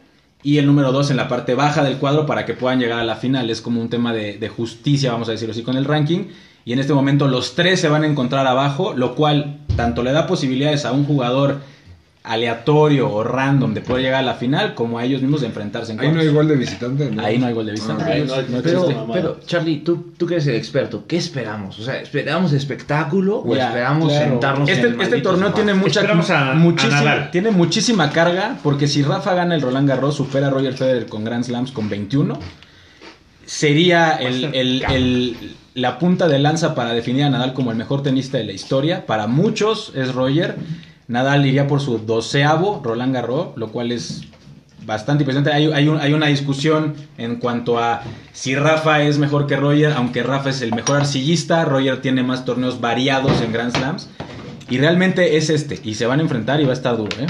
y el número dos en la parte baja del cuadro para que puedan llegar a la final. Es como un tema de, de justicia, vamos a decirlo así, con el ranking. Y en este momento los tres se van a encontrar abajo, lo cual tanto le da posibilidades a un jugador aleatorio o random de poder llegar a la final, como a ellos mismos de enfrentarse en
Ahí no hay
cuartos.
gol de visitante.
Ahí no hay gol de visitante.
Ah, Ahí no hay-
No existe.
Pero,
mamada.
pero, Charlie, tú, tú que eres el experto, ¿qué esperamos? O sea, ¿esperamos espectáculo o
Ya,
esperamos
claro.
Pues sentarnos en
este,
el
este
maldito
torneo
sofá?
tiene mucha,
Esperamos a-
muchísima,
a Nadal.
tiene muchísima carga porque si Rafa gana el Roland Garros supera a Roger Federer con Grand Slams con 21 sería el- el- el- la punta de lanza para definir a Nadal como el mejor tenista de la historia para muchos es Roger Nadal iría por su doceavo Roland Garros lo cual es bastante impresionante. Hay, hay un- hay una discusión en cuanto a si Rafa es mejor que Roger, aunque Rafa es el mejor arcillista, Roger tiene más torneos variados en Grand Slams. Y realmente es este, y se van a enfrentar y va a estar duro, ¿eh?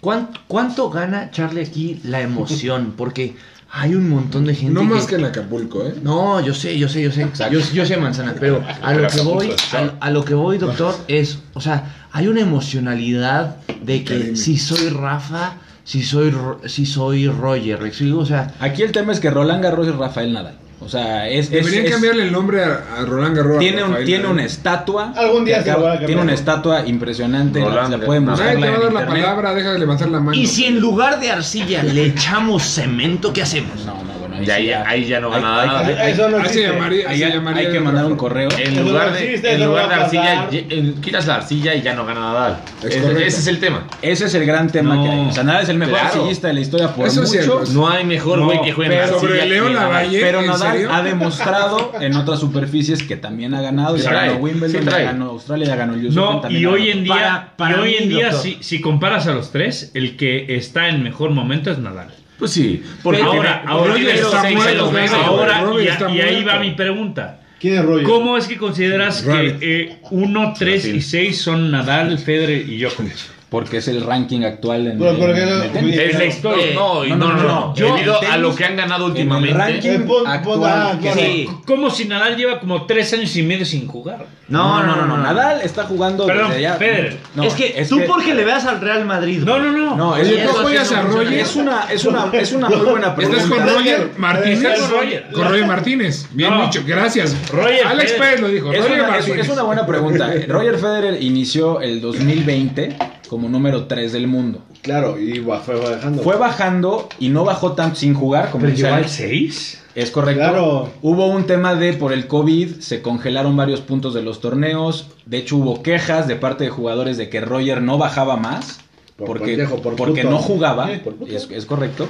¿Cuán- ¿Cuánto gana, Charlie, aquí la emoción? Porque hay un montón de gente
No más que
que...
en Acapulco, ¿eh.
No, yo sé, yo sé, yo sé. Yo, yo sé, manzana, pero a lo que voy, a, a lo que voy, doctor, es, o sea, hay una emocionalidad de que si soy Rafa, si soy, Ro- si soy Roger, ¿me explico? o sea,
Aquí el tema es que Roland Garros es Rafael Nadal. O sea, es... es-
Deberían
es-
cambiarle el nombre a, a Roland Garros. a
tiene, un-
Rafael
tiene
Nadal.
una estatua.
Algún día
que
se lo van a cambiar.
Tiene una estatua impresionante. la-
Roland
la pueden
Nadal.
buscar.
Nadie te va a dar la palabra, deja de levantar la mano.
y si en lugar de arcilla le echamos cemento, ¿qué hacemos?
No, no, bueno.
Y ahí,
sí ya-
ahí ya no gana
Hay-
nada.
hay- hay-
Eso no
Así
existe.
llamaría.
hay-
Así llamaría
hay que
el-
mandar un correo.
En
Eso
lugar
no
de,
existe,
en
eso no
lugar
va
de
a
arcilla,
pasar.
ye- en- quitas la arcilla y ya no gana Nadal.
Es
Ese-
correcto.
ese es el tema.
Ese es el gran tema que hay. O sea, Nadal es el mejor
Claro.
arcillista de la historia por
Eso es
mucho.
cierto.
No hay mejor güey que juegue en
pero-
arcilla
sobre
que
León
Nadal.
Lavalle.
Pero
¿En
Nadal
serio?
ha demostrado en otras superficies que también ha ganado. Ya
Sí trae,
ganó Wimbledon,
sí
ya
trae.
ganó Australia, ya ganó el US Open,
No,
también
y
ganó.
hoy en día,
Para- para
y hoy en
mí,
día
doctor.
si, si comparas a los tres, el que está en mejor momento es Nadal.
Pues sí. Porque
ahora,
tiene-
ahora,
porque
pero-
tiene seis
muerto,
en los
güey.
meses,
ahora,
güey.
Roger
y, a-
está
y ahí
muerto.
va mi pregunta.
¿Quién es Roger?
¿Cómo es que consideras que
Rabbit.
eh, 1, 3 y 6 son Nadal, Federer y Djokovic?
Porque es el ranking actual en,
Pero, pero que
en-
no-
en el tenis.
Es la historia. No, y no, no, no.
Yo-
Debido
el
a lo
tenis-
que han ganado
en el
últimamente.
Eh,
ranking
pon- pon- ah,
actual. que-
claro.
Sí.
Como si Nadal lleva como 3 años y medio sin jugar.
No, no, no, no. Nadal está jugando
Perdón,
desde ya.
Federer.
No,
es que tú porque le veas al Real Madrid.
No, no,
güey.
no.
No, es,
Oye,
es-
¿no juegas a Roger?
es una, es una, es una muy buena pregunta.
¿Estás con Roger Martínez?
Es Roger.
Con Roger Martínez. Bien
No.
dicho, gracias.
Roger
Alex
Pérez.
Pérez lo dijo.
Es
Roger
una, es-
Martínez.
es una buena pregunta. Roger Federer inició el 2020 como número 3 del mundo.
Claro, y va- fue bajando.
Fue bajando y no bajó tan sin jugar como
Pero
dice
lleva al
Alex.
6.
Es correcto.
Claro.
Hubo un tema de por el COVID, se congelaron varios puntos de los torneos. De hecho, hubo quejas de parte de jugadores de que Roger no bajaba más.
Por
porque
pendejo, por
porque
puto.
no jugaba.
Sí, por puto.
es, es correcto.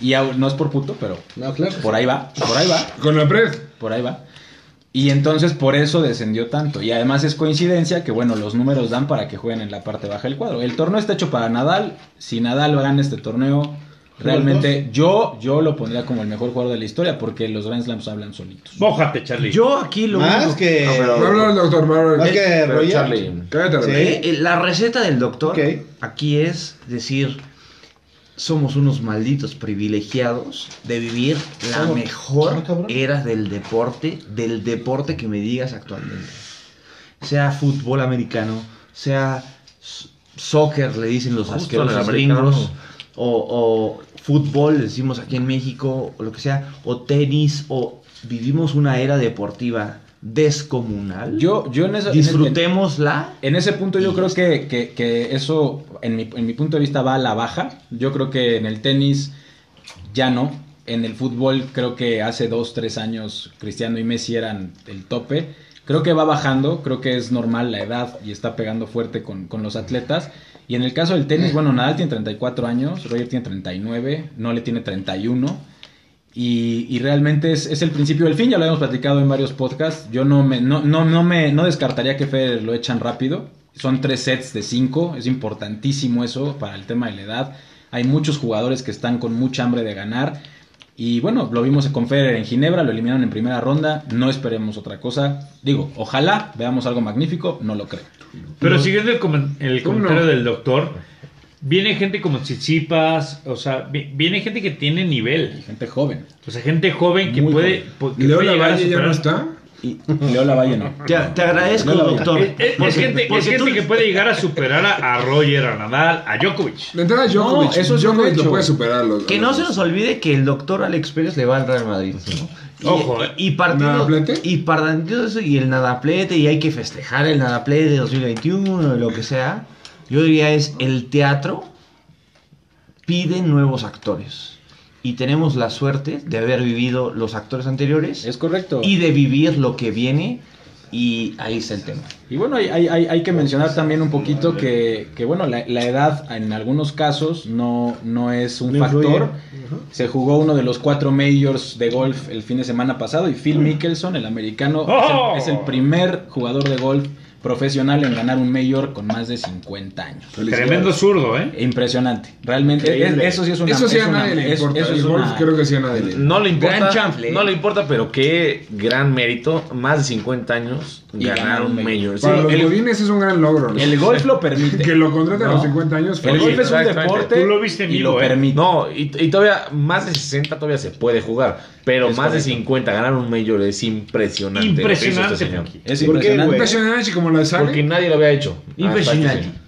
Y au- no es por puto, pero
No, claro.
por ahí va. Por ahí va.
Con la Pred.
Por ahí va. Y entonces por eso descendió tanto. Y además es coincidencia que, bueno, los números dan para que jueguen en la parte baja del cuadro. El torneo está hecho para Nadal. Si Nadal gana este torneo, realmente yo, yo lo pondría como el mejor jugador de la historia porque los Grand Slams hablan solitos.
Bójate, Charlie.
Yo aquí lo
Más
único-
que.
No, pero-
Va a hablar el doctor. va a hablar-
Más que
Pero
Roger.
Charlie.
Cállate,
Sí.
Rebeca.
Eh, eh, la receta del doctor
Ok.
aquí es decir, somos unos malditos privilegiados de vivir la
Somos-
mejor
somos cabrón.
era del deporte, del deporte que me digas actualmente. Sea fútbol americano, sea s- soccer, le dicen los
Justo
asquerosos
el americano.
gringos, o, o fútbol, le decimos aquí en México, o lo que sea, o tenis, o vivimos una era deportiva descomunal.
Yo, yo en eso. en-
Disfrutémosla.
En ese punto yo creo que, que- que eso, en mi, en mi punto de vista, va a la baja. Yo creo que en el tenis ya no. En el fútbol creo que hace dos, tres años Cristiano y Messi eran el tope. Creo que va bajando, creo que es normal la edad y está pegando fuerte con, con los atletas. Y en el caso del tenis, bueno, Nadal tiene 34 años, Roger tiene 39, Nole tiene 31. Y, y realmente es, es el principio del fin, ya lo habíamos platicado en varios podcasts. Yo no me, no, no, no me no descartaría que Federer lo echan rápido. Son tres sets de cinco, es importantísimo eso para el tema de la edad. Hay muchos jugadores que están con mucha hambre de ganar. Y bueno, lo vimos con Federer en Ginebra, lo eliminaron en primera ronda. No esperemos otra cosa. Digo, ojalá veamos algo magnífico, no lo creo.
Pero siguiendo el, comen- el
¿Cómo
comentario
no?
del doctor, viene gente como Tsitsipas, o sea, vi- viene gente que tiene nivel.
Y gente joven.
O sea, gente joven que
Muy
puede,
joven.
po- que
Leo
puede llegar a
Lavalle ya no
superar-
está.
Leo Lavalle no.
Te, te agradezco, doctor.
Es, es- es
porque-
gente, es
porque
gente
tú-
que puede llegar a superar a, a Roger, a Nadal, a Djokovic.
La entrada de Djokovic,
eso es un
Djokovic
hecho.
lo puede superar. a los-
Que
a
no
los-
se nos olvide que el doctor Alex Pérez le va al Real Madrid. ¿no? Y,
Ojo, ¿eh?
y, y partiendo,
¿Nadaplete?
y partiendo eso y el nadaplete y hay que festejar el nadaplete de 2021 lo que sea. Yo diría es el teatro pide nuevos actores y tenemos la suerte de haber vivido los actores anteriores
Es correcto.
y de vivir lo que viene y ahí está el tema.
Y bueno, hay, hay- hay- hay que mencionar también un poquito que, que, bueno, la, la edad en algunos casos no, no es un
No influye.
factor. Se jugó uno de los cuatro majors de golf el fin de semana pasado y Phil Mickelson, el americano,
¡Oh!
es, el, es el primer jugador de golf profesional en ganar un mayor con más de 50 años.
Tremendo zurdo, ¿eh?
Impresionante, realmente. es-
Increíble.
eso sí es una
Eso sí
es
a
una-
nadie le
es-
importa.
eso es
El golf
una-
creo que sí a nadie le importa.
No le importa.
Gran chanfle.
No le importa, pero qué gran mérito. Más de 50 años
Y
ganar
ganar
un
un
mayor.
Para los
el-
godines es un gran logro. ¿no?
El golf lo permite.
Que lo contraten a
No.
los 50 años.
El
feliz.
golf es un
Exactamente.
deporte
Tú lo viste en
y
vivo,
lo
¿eh?
permite.
No, y, y todavía más de 60 todavía se puede jugar. Pero
Es
más
correcto.
de 50 ganar un mayor es impresionante. lo que hizo este
Impresionante,
señor.
Frankie.
Es
¿Por qué,
impresionante.
güey?
Impresionante como la sale.
Porque nadie lo había hecho. hasta
Impresionante.
este señor.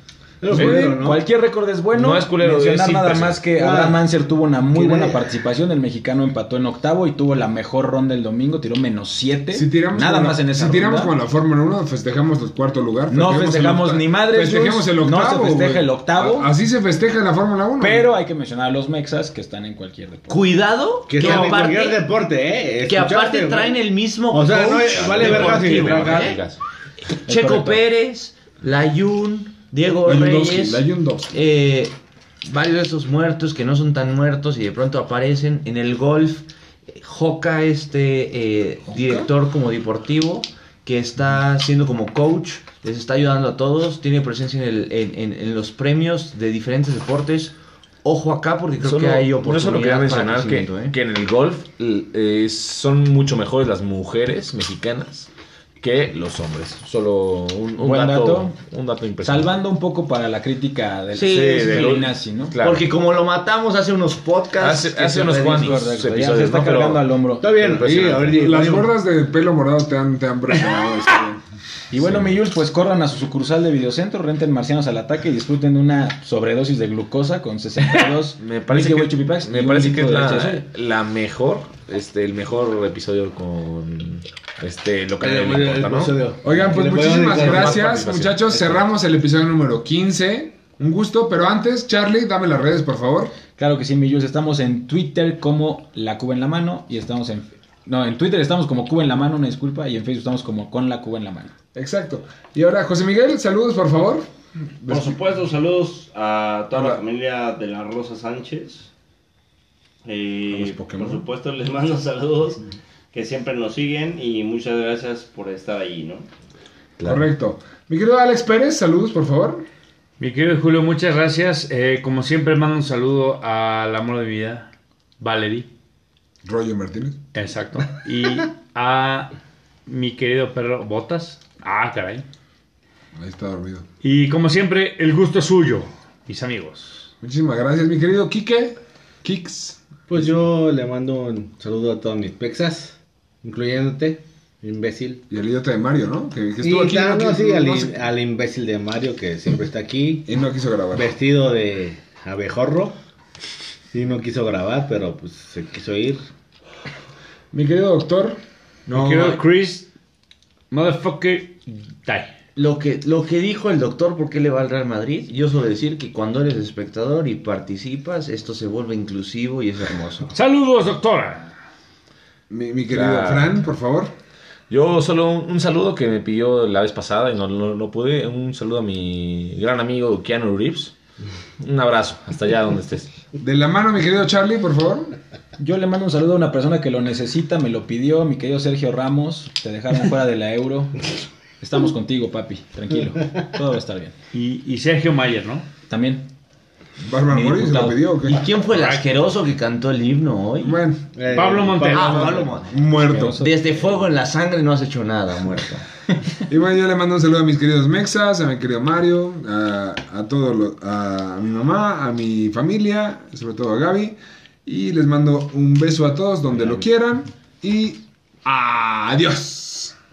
Lo
Muy
culero,
bien,
¿no?
Cualquier récord es bueno.
No es culero,
Mencionar
es
nada
impresionante.
más que
Claro.
Abraham Anser tuvo una muy
Que
buena
nadie-
participación. El mexicano empató en octavo y tuvo la mejor ronda el domingo. Tiró menos siete.
Si tiramos
nada
con la-
más en esa
Si tiramos
ronda.
con la Fórmula 1, festejamos el cuarto lugar.
No
el
festejamos
octa-
ni madres,
Festejemos
Luz,
el
no se
octavo.
festeja
güey.
el octavo.
A- Así se festeja la Fórmula 1.
Pero hay que mencionar a los mexas que están en cualquier deporte.
Cuidado
Que
que,
sea de cualquier
aparte,
deporte, ¿eh?
que
Escuchaste,
aparte
güey.
traen el mismo
O sea, no
coach
es- vale verga si
deportivo,
traga-
¿eh?
Es
Checo
correcto.
Pérez, Layun, Diego
Layundowski,
Reyes,
Layundowski.
eh, varios de estos muertos que no son tan muertos y de pronto aparecen en el golf. Joca, este eh, director como deportivo, que está siendo como coach, les está ayudando a todos, tiene presencia en, el- en- en- en los premios de diferentes deportes. Ojo acá porque creo
Solo-
que hay
yo
oportunidad
solo quería
para
mencionar que,
crecimiento, ¿eh?
que en el golf l- eh, son mucho mejores las mujeres mexicanas que los hombres. Solo un, un
Buen
dato,
dato.
Un dato impresionante.
Salvando un poco para la crítica del
Sí,
sí,
de
del
lo-
nazi, ¿no?
Claro.
Porque como lo matamos hace unos podcasts.
Hace-
que
hace
se
unos
fue
cuantos.
disco.
Correcto,
episodios,
ya se está
¿no? Pero-
cargando al hombro.
Está bien, sí, a ver, di-
Las
di-
gordas de pelo morado te han, te han presionado. este, está bien.
Y bueno, mi Jules, pues corran a su sucursal de videocentro, renten Marcianos al ataque y disfruten de una sobredosis de glucosa con 62
Me parece
Milky
que,
Way Chupi Packs
me
y un
parece que
litro
es
de
la,
leche de soya.
la mejor, este, el mejor episodio con este lo que
El-
le
el- el
importa, ¿no?
episodio.
Oigan, pues
Le voy a
muchísimas
dedicar más
gracias,
participación.
muchachos. Cerramos el episodio número 15. Un gusto, pero antes, Charlie, dame las redes, por favor.
Claro que sí, mi Jules, estamos en Twitter como La Cuba en la Mano y estamos en... No, en Twitter estamos como Cuba en la Mano, una disculpa, y en Facebook estamos como Con la Cuba en la Mano.
Exacto. Y ahora, José Miguel, saludos, por favor.
Por supuesto, saludos a toda
Hola.
la familia de la Rosa Sánchez. Eh,
A los Pokémon.
por supuesto, les mando saludos que siempre nos siguen y muchas gracias por estar ahí, ¿no?
Claro.
Correcto. Mi querido Alex Pérez, saludos, por favor.
Mi querido Julio, muchas gracias. Eh, como siempre, mando un saludo al amor de mi vida, Valerie.
Roger Martínez.
Exacto. Y a mi querido perro Botas. Ah, caray.
Ahí está dormido.
Y como siempre, el gusto es suyo, mis amigos.
Muchísimas gracias, mi querido Quique. Kix.
Pues yo le mando un saludo a todos mis pexas, incluyéndote, imbécil.
Y el idiota de Mario, ¿no? Que, que
Y
estuvo aquí.
claro,
no
no, sí,
quiso-
al,
no
im-
se-
al imbécil de Mario que siempre está aquí,
y no quiso grabar.
vestido de abejorro. Sí, no quiso grabar, pero pues se quiso ir.
Mi querido doctor.
No,
Quiero Chris, motherfucker, die.
Lo que, lo que dijo el doctor, ¿por qué le va al Real Madrid? Yo suelo decir que cuando eres espectador y participas, esto se vuelve inclusivo y es hermoso.
Saludos, doctora.
mi, mi querido
Claro.
Fran, por favor.
Yo solo un, un saludo que me pidió la vez pasada y no lo no, no pude. Un saludo a mi gran amigo Keanu Reeves. Un abrazo, hasta allá donde estés.
De la mano, mi querido Charlie, por favor.
Yo le mando un saludo a una persona que lo necesita, me lo pidió, mi querido Sergio Ramos. Te dejaron fuera de la euro. Estamos contigo, papi. Tranquilo. Todo va a estar bien.
Y, y Sergio Mayer, ¿no?
También.
Bárbara
Mi
Moris lo
diputado.
pidió, ¿o qué?
¿Y quién fue el asqueroso que cantó el himno hoy?
Bueno,
Eh,
Pablo Montero.
Ah, Pablo Montero.
muerto.
Desde Fuego en la Sangre no has hecho nada, muerto.
Y bueno, yo le mando un saludo a mis queridos mexas, a mi querido Mario, a, a todos los- a, mi mamá, a mi familia, sobre todo a Gaby. Y les mando un beso a todos donde lo quieran. Y adiós.